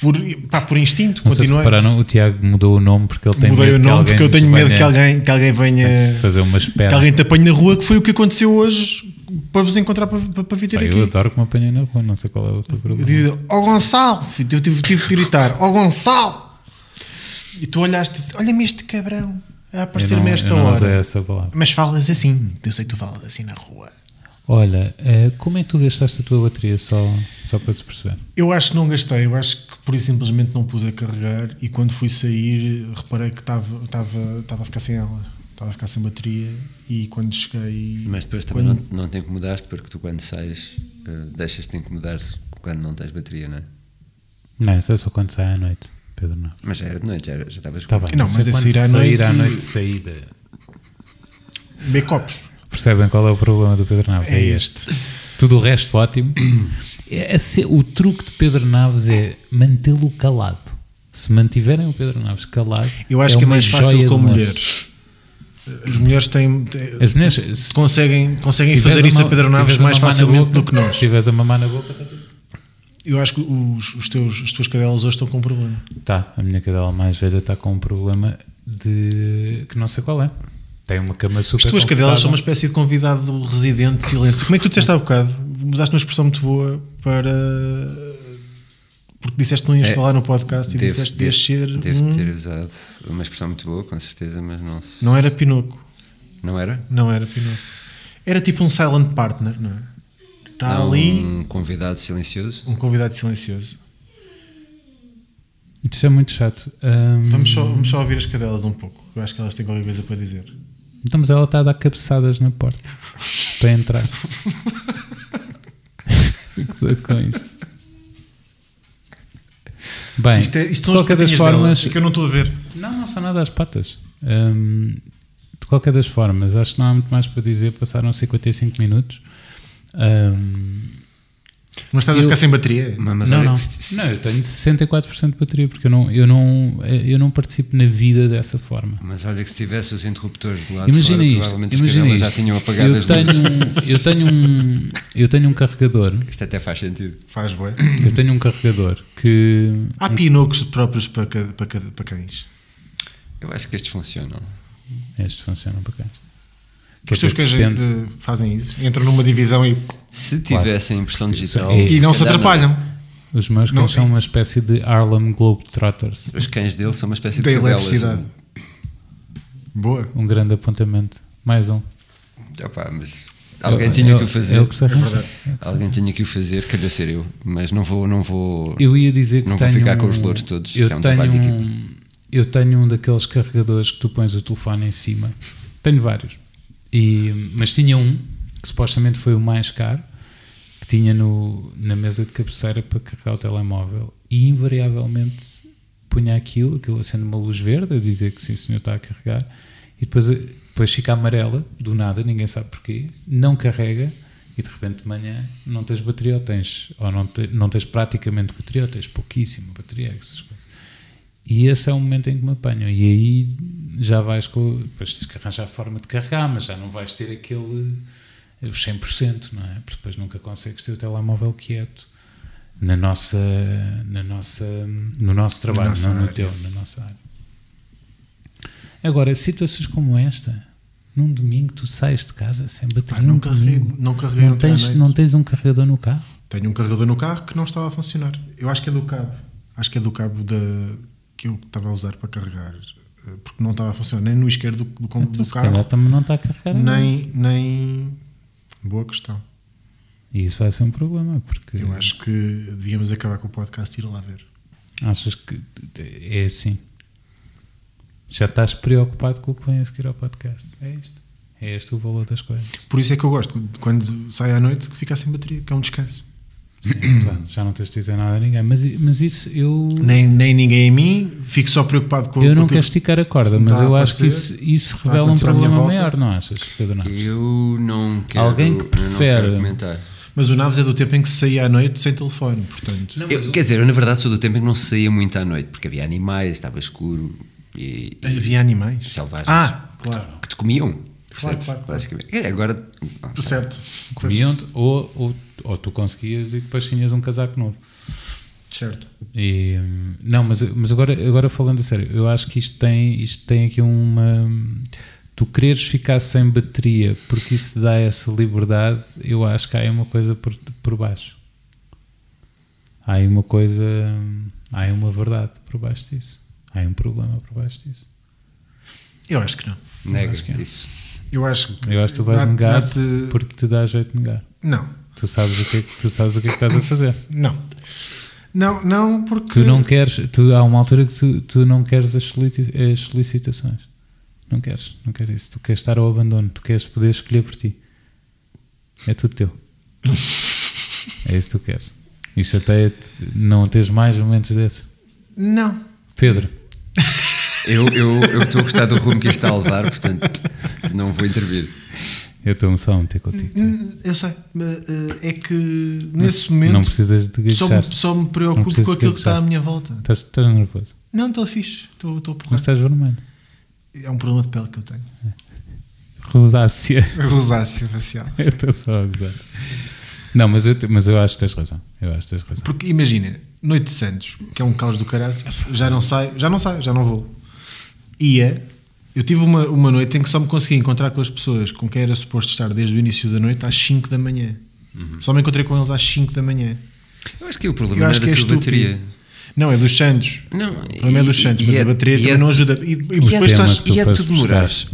Por, pá, por instinto,
não continuei. Repararam, o Tiago mudou o nome porque ele tem
Mudei
medo.
Mudei o nome porque eu tenho medo que alguém, que alguém venha.
Fazer uma espera.
Que alguém te apanhe na rua, que foi o que aconteceu hoje para vos encontrar para, para, para vir ter Pai, aqui.
Eu adoro que me apanhem na rua, não sei qual é o teu problema.
Eu disse, oh Gonçalo, eu tive, tive de gritar, oh Gonçalo! E tu olhaste e olha-me este cabrão a aparecer-me esta hora. Mas falas assim, eu sei que tu falas assim na rua.
Olha, como é que tu gastaste a tua bateria só, só para se perceber?
Eu acho que não gastei, eu acho que por isso simplesmente não pus a carregar e quando fui sair reparei que estava, estava, estava a ficar sem ela, estava a ficar sem bateria e quando cheguei.
Mas depois também quando... não, não te incomodaste porque tu quando sais eh, deixas-te incomodar quando não tens bateria, não é?
Não, isso é só quando sai à noite. Pedro, não.
Mas já era de noite, já, era, já estavas
tá bem, Não,
mas é
sair sair
à noite.
à noite de saída.
Bem copos.
Percebem qual é o problema do Pedro Naves?
É, é este.
Tudo o resto ótimo. É, se- o truque de Pedro Naves é mantê-lo calado. Se mantiverem o Pedro Naves calado,
Eu acho que é
uma
mais
joia
fácil com
de lance.
mulheres. As mulheres têm. têm-
As mulheres, se-
Conseguem, conseguem
se tiveres
fazer isso
ma-
a Pedro
se
Naves
tiveres a
mais
mamar na
facilmente
boca-
do que nós.
Se tiveres a mamar na boca, está tudo.
Eu acho que os, os teus, as tuas cadelas hoje estão com um problema.
Tá, a minha cadela mais velha está com um problema de. que não sei qual é. Tem uma cama super.
As tuas cadelas são uma
confortável.
espécie de convidado residente de silêncio. Como é que tu disseste há bocado? Usaste uma expressão muito boa para. Porque disseste que não ias
É.
falar no podcast e disseste que ias ser.
devo
hum.
um-
ter usado uma expressão muito boa, com certeza, mas não, se-
Não era Pinoco.
é?
não era?
Não era Pinoco. Era tipo um silent partner, não é?
Tá
Está
Há
ali
Um convidado silencioso.
um convidado silencioso.
Isso é muito chato. Ahm,
Vamos só, vamos só ouvir as cadelas um pouco. Eu acho que elas têm qualquer coisa para dizer.
Então, mas ela está a dar cabeçadas na porta para entrar. Fico doido com isto. Bem,
Isto, é, isto
de
são as
qualquer das
patinhas dela,
formas.
que eu não estou a ver.
Não, não são nada as patas. Hum, de qualquer das formas, acho que não há muito mais para dizer. Passaram 55 minutos. Hum,
Mas
estás a ficar
sem bateria?
Mas
não,
olha
não.
que se- se-
não, eu tenho 64% de bateria porque eu não, eu, não, eu não participo na vida dessa forma.
Mas olha que se tivesse os interruptores do lado
Imagina
Ah, de fora,
isto,
provavelmente
imagina
as
isto.
cadelas já tinham apagado
Eu
as luzes.
tenho, eu, tenho um, eu tenho um carregador,
Isto até faz sentido.
Faz bué.
eu tenho um carregador que
Há pinocos próprios para, ca- para, ca- para cães.
Eu acho que estes funcionam.
estes funcionam para cá.
Os teus cães eh, fazem isso? Entram numa divisão e,
Se tivessem impressão digital.
é-
e não se
calhar
atrapalham.
Os meus cães
Não,
são uma espécie de Harlem Globetrotters.
Os cães dele são uma espécie
Da
de cadelas.
eletricidade. Boa.
Um grande apontamento. Mais um.
Opá, mas alguém
É-
tinha
é-
que o fazer.
é o que se arranja.
Alguém tinha que o fazer, calhou ser eu. Mas não vou. Não vou
Eu ia dizer que
Não vou
tenho
ficar com
um-
os louros todos,
Eu
isto é um
tenho,
trabalho de
um, eu tenho um daqueles carregadores que tu pões o telefone em cima. Tenho vários. E, mas tinha um que supostamente foi o mais caro que tinha no, na mesa de cabeceira para carregar o telemóvel e invariavelmente punha aquilo, aquilo acende uma luz verde a dizer que sim senhor está a carregar e depois, eh, depois fica amarela do nada, ninguém sabe porquê, não carrega e de repente de manhã não tens bateria ou tens, ou não, te- não tens praticamente bateria ou tens pouquíssima bateria essas coisas. E esse é o momento em que me apanham. E aí já vais com. Depois tens que arranjar a forma de carregar, mas já não vais ter aquele. eh, os 100%, não é? Porque depois nunca consegues ter o telemóvel quieto na nossa, na nossa, no nosso trabalho,
nossa
não no
área.
teu, na nossa área. Agora, situações como esta, num domingo tu sais de casa sem bateria.
Pá, não
num
carrego,
domingo.
não carrego
Não tens,
ultranight.
não tens um carregador no carro?
Tenho um carregador no carro que não estava a funcionar. Eu acho que é do cabo. Acho que é do cabo da, que eu estava a usar para carregar. eh, Porque não estava a funcionar nem no esquerdo do, do, com-
Então,
do
se calhar
carro,
também não está a carregar.
nem, nem. Boa questão.
E isso vai ser um problema, porque.
Eu acho que devíamos acabar com o podcast e ir lá ver.
Achas que é assim? Já estás preocupado com o que vem a seguir ao podcast. É isto. É este o valor das coisas.
Por isso é que eu gosto, de quando sai à noite, que fica sem bateria, que é um descanso.
Sim, portanto, já não tens de dizer nada a ninguém. Mas, mas isso eu.
Nem, nem ninguém em mim, fico só preocupado
eu
com com
não
aquilo
quero
que-
esticar a corda,
se me
mas
está a
eu acho que isso,
aparecer,
isso
a
revela um
acontecer à minha
problema
volta.
maior, não achas, Pedro Naves?
Eu não quero.
Alguém que
eu não quero
prefere-
comentar.
Mas o Naves é do tempo em que se saía à noite sem telefone, portanto.
Não,
Eu, quer dizer, eu na verdade sou do tempo em que não se saía muito à noite, porque havia animais, estava escuro e. e
Havia animais.
selvagens.
Ah, claro.
Que te comiam.
Claro, claro,
percebes?
claro.
Basicamente. Quer dizer, Agora.
Ah,
Por certo.
Comiam-te ou, ou, ou tu conseguias e depois tinhas um casaco novo. um.
Certo.
E, hum, não, mas, mas agora, agora falando a sério, eu acho que isto tem, isto tem aqui uma. Tu quereres ficar sem bateria porque isso dá essa liberdade, eu acho que há aí uma coisa por, por baixo. Há aí uma coisa. hum, Há aí uma verdade por baixo disso. Há aí um problema por baixo disso.
Eu acho que não.
Nega,
acho que é.
isso.
Eu acho que.
Eu acho que um, tu vais
Dá-
negar
dá-te-
porque te dá jeito de negar.
Não,
Tu sabes o que, é que- tu sabes o que é que estás a fazer.
não. Não, não, porque.
Tu não queres, tu, há uma altura que tu, tu não queres as, solici- as solicitações. Não queres, não queres isso. Tu queres estar ao abandono, tu queres poder escolher por ti. É tudo teu. é isso que tu queres. Isso até é não tens mais momentos desses.
Não.
Pedro,
Eu eu- eu estou a gostar do rumo que isto está a levar, portanto, não vou intervir.
Eu estou-me só a meter contigo.
Hum, Eu sei, mas uh, é que nesse momento
Não precisas de
só, me,
gaguejar.
só me
Não
preocupo
precisas
com aquilo que
gaguejar.
está à minha volta.
Estás, estás nervoso.
Não, estou fixe, estou estou
Mas
porrado.
estás vermelho.
É um problema de pele que eu tenho.
Rosácea.
Rosácea facial.
Eu estou só a gozar. Não, mas eu, te- mas eu acho que tens razão. Eu acho que tens razão.
Porque imagina, Noite de Santos, que é um caos do caraças, já não saio, já não saio, já não vou. Ia, eu tive uma, uma noite em que só me consegui encontrar com as pessoas com quem era suposto estar desde o início da noite às 5 da manhã.
Uhum.
Só me encontrei com eles às 5 da manhã.
Eu acho que o problema
Eu
não
acho
era
que é
a tua
estúpido.
bateria.
Não, é dos Santos.
Não,
O problema é dos Santos, mas a bateria também não ajuda. E, e
E é,
depois
tema
estás.
que tu
e é
fazes
tu demorares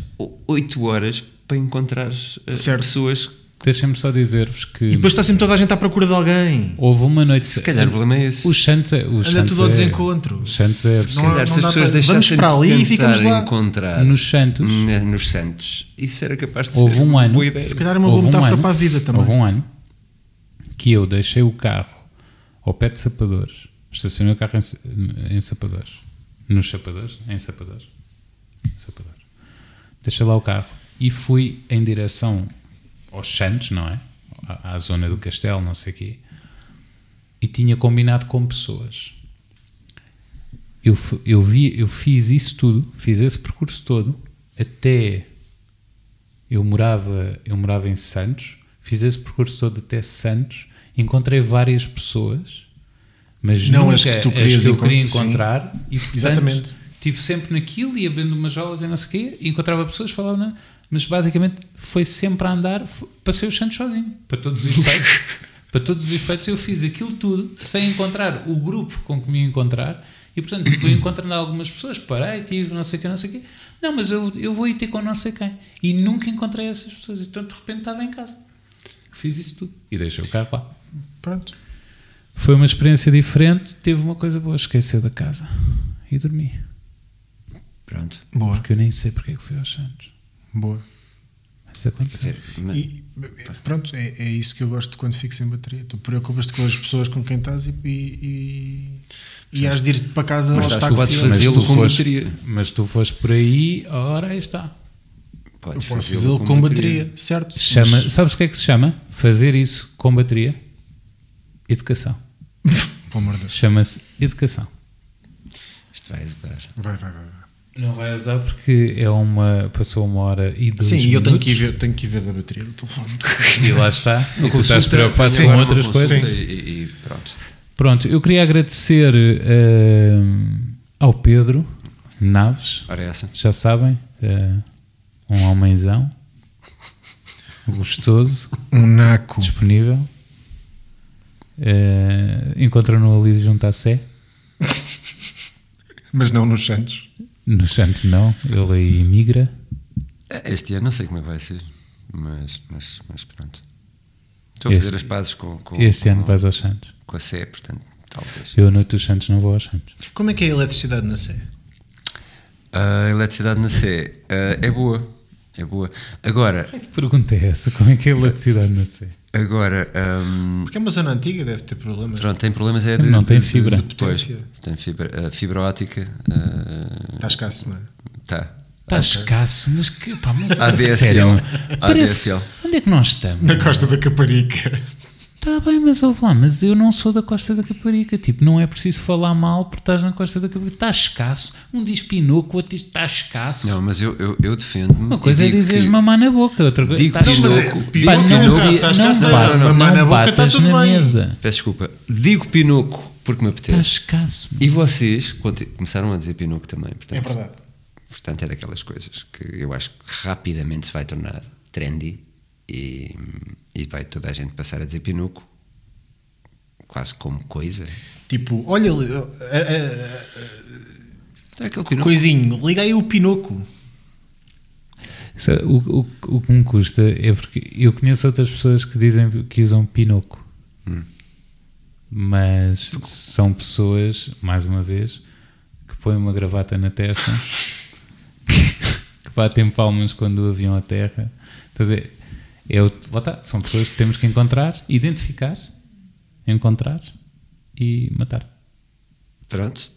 8 horas para encontrar
Certo.
pessoas.
Deixem-me só dizer-vos que
E depois está sempre toda a gente à procura de alguém.
houve uma noite.
Se calhar o problema é esse.
Os Santos é. Os
Anda
Santos
tudo ao
é-
desencontro.
Os Santos é.
se
Ah, não-
calhar se
não
as
dá
pessoas
para- vamos
deixassem
para ali e
de se
ficamos lá.
tentar encontrar
Nos Santos.
ne- nos Santos, isso era capaz de
Houve
ser
um
uma
ano.
Hum, boa ideia.
Se calhar é uma boa
Houve um
metáfora
ano-
para a vida também.
Houve um ano que eu deixei o carro ao pé de Sapadores. Estacionei o carro em, Sa- em Sapadores. Nos Sapadores? Em Sapadores. Em Sapadores. Deixei lá o carro e fui em direção aos Santos, não é? À, à zona do Castelo, não sei o quê. E tinha combinado com pessoas. Eu, fu- eu, vi, eu fiz isso tudo, fiz esse percurso todo até eu morava, eu morava em Santos, fiz esse percurso todo até Santos, encontrei várias pessoas, mas
Não
nunca
as que tu
as
querias
que eu queria
encon- sim.
encontrar e portanto
Exatamente.
estive sempre naquilo e abrindo umas aulas e não sei o quê, e encontrava pessoas, falava, não, mas basicamente foi sempre a andar, fu- passei os Santos sozinho, para todos os efeitos. para todos os efeitos eu fiz aquilo tudo sem encontrar o grupo com que me ia encontrar. E portanto fui encontrando algumas pessoas, parei, tive não sei o quê, não sei o quê. Não, mas eu, eu vou ir ter com não sei quem. E nunca encontrei essas pessoas. Então de repente estava em casa. Fiz isso tudo. E deixei o carro lá.
Pronto.
Foi uma experiência diferente, teve uma coisa boa, esqueceu da casa e dormi.
Pronto.
Boa,
Porque eu nem sei porque é que fui aos Santos.
boa.
Mas aconteceu.
Quer dizer, mas-
E, pronto, é, é isso que eu gosto quando fico sem bateria. Tu preocupas-te com as pessoas com quem estás e, e, e, e has de ir para casa
Mas
aos
sabes que tu podes
táxis.
fazer-
Mas
Fazê-lo
tu,
com
foste,
bateria.
mas tu foste por aí, ora aí está.
Podes
Eu posso
fazê-lo
fazê-lo com bateria, certo?
Chama, Sabes o que é que se chama? Fazer isso com bateria? Educação.
Mas, pelo amor de Deus.
Chama-se educação.
Isto vai ajudar.
Vai, vai, vai. vai.
Não vai usar porque é uma. Passou uma hora e dois
Sim, e eu tenho que, ir
minutos
ver, tenho que ir ver da bateria do telefone.
E lá está. e tu estás
Consulta,
preocupado
sim.
com
Uma
outras
consulta
coisas.
E, e pronto.
Pronto, eu queria agradecer eh, ao Pedro Naves,
Ora, é essa.
já sabem, eh, um homenzão, gostoso,
Um naco.
disponível. Eh, Encontram-no ali junto à Sé,
Mas não nos Santos.
no Santos não, ele é aí emigra.
Este ano não sei como é que vai ser, mas, mas, mas pronto. Estou a
Este-
fazer as pazes com, com,
Este
com,
ano vais aos Santos.
com a Sé, portanto, talvez.
Eu, a noite dos Santos, não vou aos Santos.
Como é que é a eletricidade na Sé?
A eletricidade na Sé ah, é boa. É boa. Agora,
Que pergunta é essa? Como é que é a eletricidade na Sé?
agora hum, ahm,
Porque é uma zona antiga, deve ter problemas.
pronto, tem problemas é de,
Não
de-
tem
de-
fibra.
de- pois,
Potência.
tem fibra, ah, fibra ótica. eh, tá.
Está escasso, não é?
Está.
Está Tá escasso, mas que pá, mas a
ADSL.
sério, mano. Parece,
ADSL.
onde é que nós estamos?
Na costa da Caparica.
Está Tá bem, mas ouve lá, mas eu não sou da Costa da Caparica. Tipo, não é preciso falar mal porque estás na Costa da Caparica. Está escasso. Um diz Pinoco, o outro diz está escasso.
Não, mas eu, eu, eu defendo-me.
Uma coisa é dizeres mamar na boca, outra coisa
Digo
está
Pinoco,
escasso.
Pinoco
Pá,
é
não,
errado,
di-
está
não,
escasso, não é
bate-
errado. Mamar
não
na boca está
batas
tudo
na
bem.
mesa.
Peço desculpa. Digo Pinoco porque me
Está
apetece.
escasso.
E vocês conti- começaram a dizer Pinoco também. Portanto,
É verdade.
Portanto, é daquelas coisas que eu acho que rapidamente se vai tornar trendy e, e vai toda a gente passar a dizer Pinoco quase como coisa.
Tipo, olha ali, a- a-
Então, é aquele
a-
Pinoco.
coisinho, liga aí o Pinoco.
Sabe, é, O, o, o que me custa é porque eu conheço outras pessoas que dizem que usam Pinoco, mas são pessoas, mais uma vez, que põem uma gravata na testa, que batem palmas quando o avião aterra. Quer dizer, é o- lá está, são pessoas que temos que encontrar, identificar, encontrar e matar.
Pronto.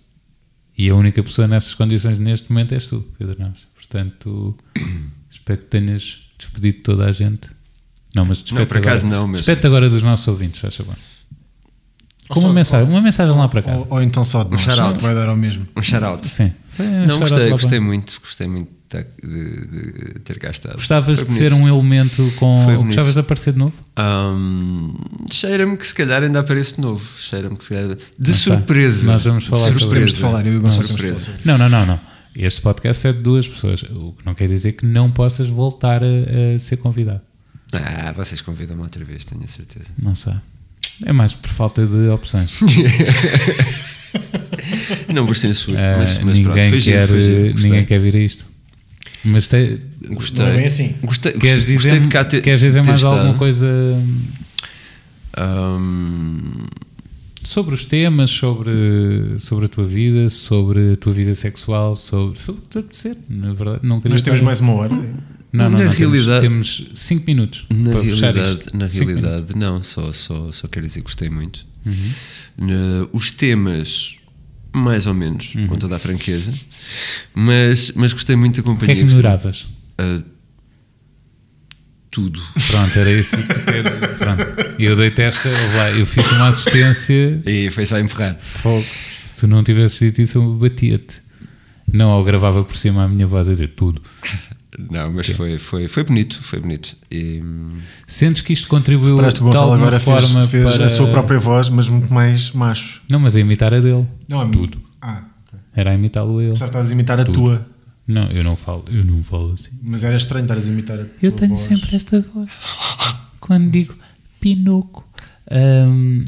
E a única pessoa nessas condições neste momento és tu, Pedro Naves. Portanto, espero que tenhas despedido de toda a gente. Não, mas despede
Não, por acaso
agora,
não, mas-
despede-te agora dos nossos ouvintes, faz favor. Com
só-
uma mensagem, uma mensagem lá para casa.
Ou, ou então só de nós,
shout out.
vai dar ao mesmo.
Um shout-out.
Sim. Foi um
Não,
shout-out lá
gostei,
para-
gostei muito, gostei muito de, tá- de- de ter cá estado.
Gostavas
Foi
de ser
bonito.
um elemento com.
Foi
Gostavas
bonito.
de aparecer de novo?
Ahm, Cheira-me que se calhar ainda aparece de novo. Cheira-me que se calhar. De surpresa.
Nós vamos falar sobre
surpresa.
isso. Temos de falar, eu e o Gonçalo temos de falar
surpresa.
Não, não, não, não. Este podcast é de duas pessoas, o que não quer dizer que não possas voltar a, a ser convidado.
Ah, vocês convidam-me outra vez, tenho a certeza.
Não sei. É mais por falta de opções.
Não vos censuro,
Ah,
mas, mas
ninguém
pronto, foi giro,
quer, eh,
foi giro, gostei.
ninguém quer vir a isto. Mas te,
Gostei.
Não é bem assim.
Gostei,
queres
gostei, gostei
dizer,
de cá ter,
queres dizer
ter
mais
estado.
alguma coisa
Ahm,
sobre os temas, sobre, sobre a tua vida, sobre a tua vida sexual, sobre, sobre o que te apetecer, na verdade. Não queria
Mas temos
estar-
mais uma hora.
Não, não,
Na
não, temos-
realidade-
temos 5 minutos
na
para fechar
realidade,
isto.
na
Cinco
realidade não, só, só, só quero dizer que gostei muito.
Uhum.
Na- os temas, mais ou menos, com toda a franqueza, mas, mas gostei muito da
minutos. Uhum. O que
companhia.
é que melhoravas?
Ah, tudo.
Pronto, era isso. que te- Pronto. Eu dei testa, houve lá, eu fiz uma assistência.
E foi só empurrar.
Fogo. Se tu não tivesses dito isso, eu batia-te. Não, eu gravava por cima a minha voz a dizer tudo.
Não, mas foi, foi, foi bonito, foi bonito. E,
Sentes que isto contribuiu
Parece que o
de
Gonçalo
alguma
agora fez,
forma
fez
para...
a sua própria voz, mas muito mais macho.
Não, mas a imitar a dele.
Não, é
Tudo.
Ah, ok.
Era a imitá-lo a ele.
Já estavas a imitar a tua.
Não, eu não falo, eu não falo assim.
Mas era estranho estares a imitar a tua
Eu tenho
voz.
sempre esta voz. Quando digo Pinoco, hum,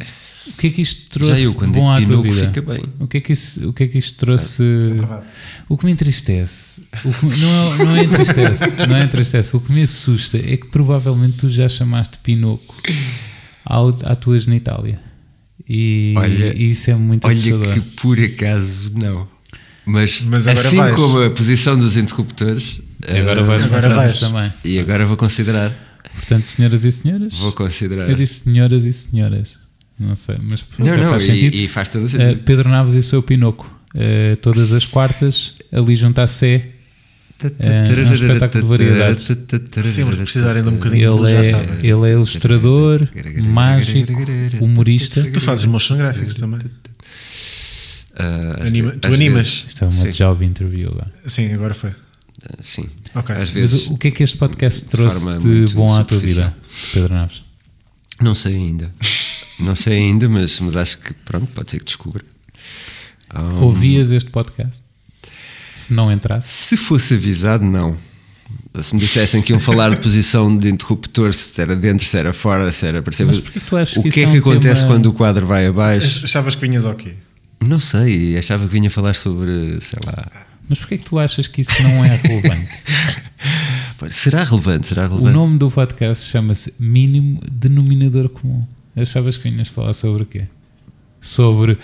o que é que isto
já
trouxe
eu,
de
quando
bom
digo
à tua
Pinoco,
vida?
fica bem.
O que é que, isso, o que, é que isto trouxe?
é
O que me entristece, o que- não, é, não é entristece, não é entristece, o que me assusta é que provavelmente tu já chamaste Pinoco ao, à tua genitália. E,
Olha-
e isso é muito assustador.
Olha que por acaso não. Mas,
Mas agora
assim
vais.
como a posição dos interruptores.
E agora
ah,
vais
Agora
passar
vais.
isso também.
E agora vou considerar.
Portanto, senhoras e senhores,
Vou considerar.
eu disse senhoras e senhoras, não sei, mas até
não, não,
Então faz sentido.
e, e faz todo o
Eh,
sentido.
Pedro Naves e o seu Pinoco, eh, todas as quartas, ali junto à Sé, é um espetáculo de variedades.
Sempre que precisarem de um bocadinho de luz,
ele
já sabem.
é, ele é ilustrador, mágico, humorista.
Tu fazes motion graphics também.
Ah, às
Anima-
ve-
tu
às
animas.
vezes.
Isto é uma
Sim.
job interview agora.
Sim, agora foi.
Ah, Sim.
Ok.
Às
Mas
vezes.
o- o que é que este podcast trouxe
forma
de
muito
bom à tua
superficial.
vida, Pedro Naves?
Não sei ainda. Não sei ainda, mas, mas acho que pronto, pode ser que descubra. Ah,
Um, Ouvias este podcast? Se não entrasse?
Se fosse avisado, não. Se me dissessem que iam falar de posição de interruptor, se era dentro, se era fora, se era. Percebes?
Mas porquê que tu achas
o
que
que, é
isso
que
é um
acontece
tema-
quando o quadro vai abaixo?
Achavas que vinhas ao quê?
Não sei, achava que vinha falar sobre, sei lá.
Mas porquê é que tu achas que isso não é relevante?
Será relevante? Será
o
relevante?
nome do podcast chama-se Mínimo Denominador Comum. Achavas que vinhas falar sobre o quê? Sobre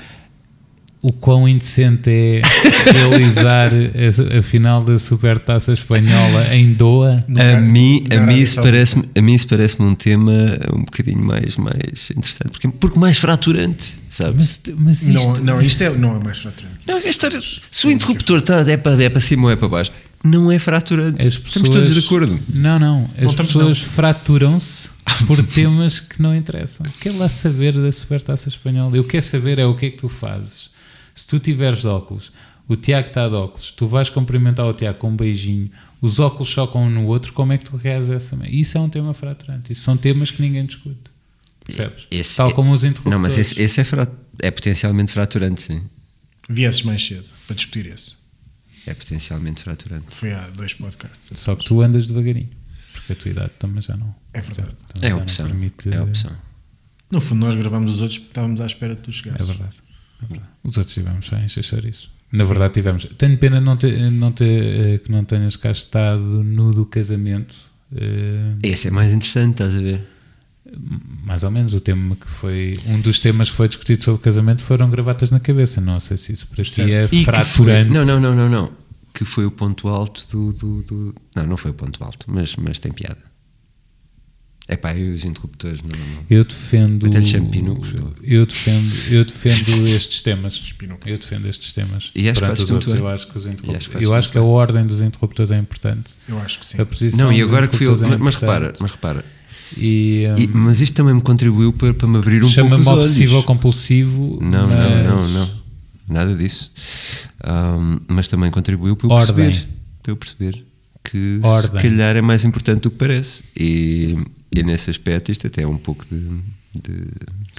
o quão indecente é realizar a, a final da Supertaça Espanhola em Doha?
A
Nunca-
mim, a
nunca era
mim isso
só-
parece-me a mim isso parece-me um tema um bocadinho mais, mais interessante, porque, porque mais fraturante, sabe?
Mas, mas isto,
Não, não, isto é, não é mais fraturante.
Não, a história, se o interruptor está é para, é para cima ou é para baixo, não é fraturante.
as
Estamos todos de acordo.
Não, não. As
estamos,
pessoas fraturam-se por temas que não interessam. Quer lá saber da supertaça espanhola? Eu quero saber é o que é que tu fazes. Se tu tiveres de óculos, o Tiago está de óculos, tu vais cumprimentar o Tiago com um beijinho, os óculos chocam um no outro, como é que tu reages a essa merda? Isso é um tema fraturante. Isso são temas que ninguém discute. Percebes?
Esse- é-
Tal como os interruptores.
Não, mas esse, esse é, fra- é potencialmente fraturante, sim.
Viesses mais cedo para discutir esse.
É potencialmente fraturante.
Foi há dois podcasts.
Só que tu andas devagarinho. Porque a tua idade também já não.
É verdade.
Também
É
já
a
não
opção.
permite-
É a opção.
No fundo, nós gravámos os outros porque estávamos à espera de tu
É
chegasses.
verdade. É verdade. Os outros tivemos só a encher chouriços. Na verdade tivemos. Tenho pena de não ter, não ter, eh, que não tenhas cá estado no do casamento. eh,
Esse é mais interessante, estás a ver?
mais ou menos o tema que foi um dos temas que foi discutido sobre o casamento foram gravatas na cabeça não sei se isso para ti é
E que
fraturante
foi- não, não, não, não, não. Que foi o ponto alto do. do- do- não, não foi o ponto alto, mas, mas tem piada.
É pá, eu e os interruptores não. não.
Eu defendo.
Até lhe chamo pinucos, eu-
Eu defendo, eu defendo estes temas. Eu defendo estes temas.
E acho que
Perante
fazes
os
muito
outros,
bem.
eu acho que os
E acho que
interruptores.
fazes
Eu acho
muito
que a ordem dos interruptores é importante.
Eu acho que sim.
A posição
Não, e
dos
agora que fui eu.
interruptores é
mas
importante.
repara, mas repara.
E, hum,
E- mas isto também me contribuiu para, para me abrir um
Chama-me
pouco os
obsessivo ou
olhos.
compulsivo.
Não,
mas
não, não, não. Nada disso. Ahm, mas também contribuiu para eu
Ordem.
perceber. Para eu perceber que
Ordem.
se calhar é mais importante do que parece. E, e nesse aspecto isto até é um pouco de, de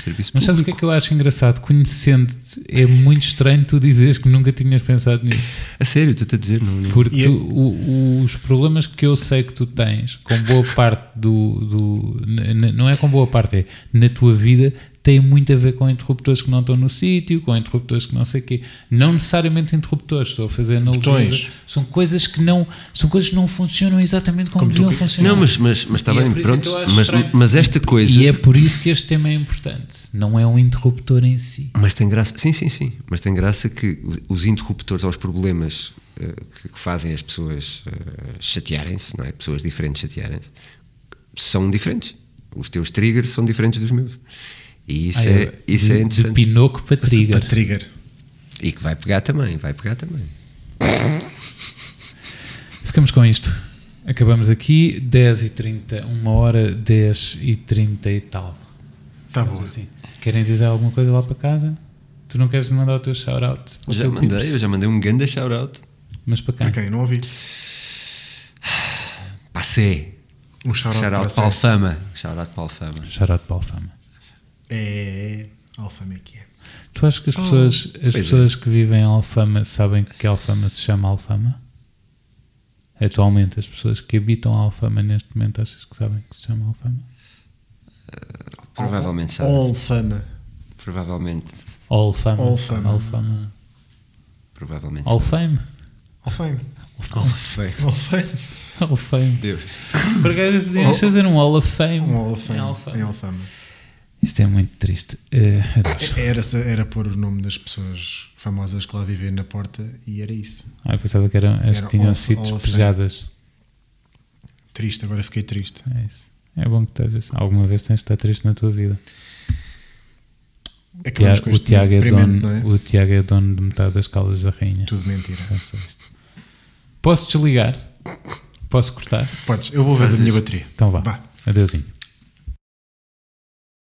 serviço
Mas sabes o
público.
que é que eu acho engraçado? Conhecendo-te, é muito estranho tu dizeres que nunca tinhas pensado nisso.
A sério, estou-te a dizer, não, não.
Porque
E é-
tu- o- o- os problemas que eu sei que tu tens, com boa parte do. do- n- n- não é com boa parte, é na tua vida, tem muito a ver com interruptores que não estão no sítio, com interruptores que não sei o quê. Não necessariamente interruptores, estou a fazer analogias.
Botões.
São coisas que não. São coisas que não funcionam exatamente como,
Como tu
deviam
queres.
funcionar.
Não, mas, mas, mas está
E é
bem,
por isso é que
pronto.
eu acho
Mas,
estranho.
mas esta coisa.
E é por isso que este tema é importante. Não é um interruptor em si.
Mas tem graça, sim, sim, sim. Mas tem graça que os interruptores aos problemas eh, que- que fazem as pessoas eh, chatearem-se, não é? Pessoas diferentes chatearem-se, são diferentes. Os teus triggers são diferentes dos meus. E isso,
Ah,
é,
eu-
isso
de,
é
De
interessante.
Pinoco para Trigger.
Para trigger.
E que vai pegar também, vai pegar também.
Ficamos com isto. Acabamos aqui, 10 e 30, 1 hora, 10 e 30 e tal.
Tá
Vamos
bom.
assim. Querem dizer alguma coisa lá para casa? Tu não queres mandar o teu shout-out? para o
Já
teu
mandei,
Pips?
eu já mandei um grande shout-out.
Mas para quem?
Para quem não ouvi.
Passei.
Um shout-out para a
Shout-out para
Sé.
Alfama. Shout-out para Alfama.
Shout-out para o Alfama.
É. Alfama é que é.
Tu achas que as pessoas, as
pois é.
pessoas que vivem em Alfama sabem que Alfama se chama Alfama? Atualmente, as pessoas que habitam Alfama neste momento, achas que sabem que se chama Alfama?
Provavelmente sabe.
Alfama.
Provavelmente.
Alfama.
Alfama.
Alfama.
Provavelmente sabe.
Alfame.
Alfama.
Alfama.
Alfama.
Alfame.
Deus.
Por acaso podíamos fazer um Hall of Fame.
Um
em
Alfama.
Alfama.
Em Alfama.
Isto é muito triste. Eh, adeus.
Era, era pôr o nome das pessoas famosas que lá vivem na porta e era isso.
Ah, eu pensava que eram as
Era
que tinham
Hall-
sido
Hall of Fame.
despejadas.
Triste, agora fiquei triste.
É isso. É bom que estejas. Alguma vez tens de estar triste na tua vida.
Acabamos com
o,
este
Tiago é
deprimente,
dono,
não é?
o Tiago é dono de metade das calas da rainha.
Tudo mentira.
Já sei isto. Posso desligar? Posso cortar?
Podes, eu vou ver
Faz
a minha
isso.
bateria.
Então vá.
Vá.
Adeusinho.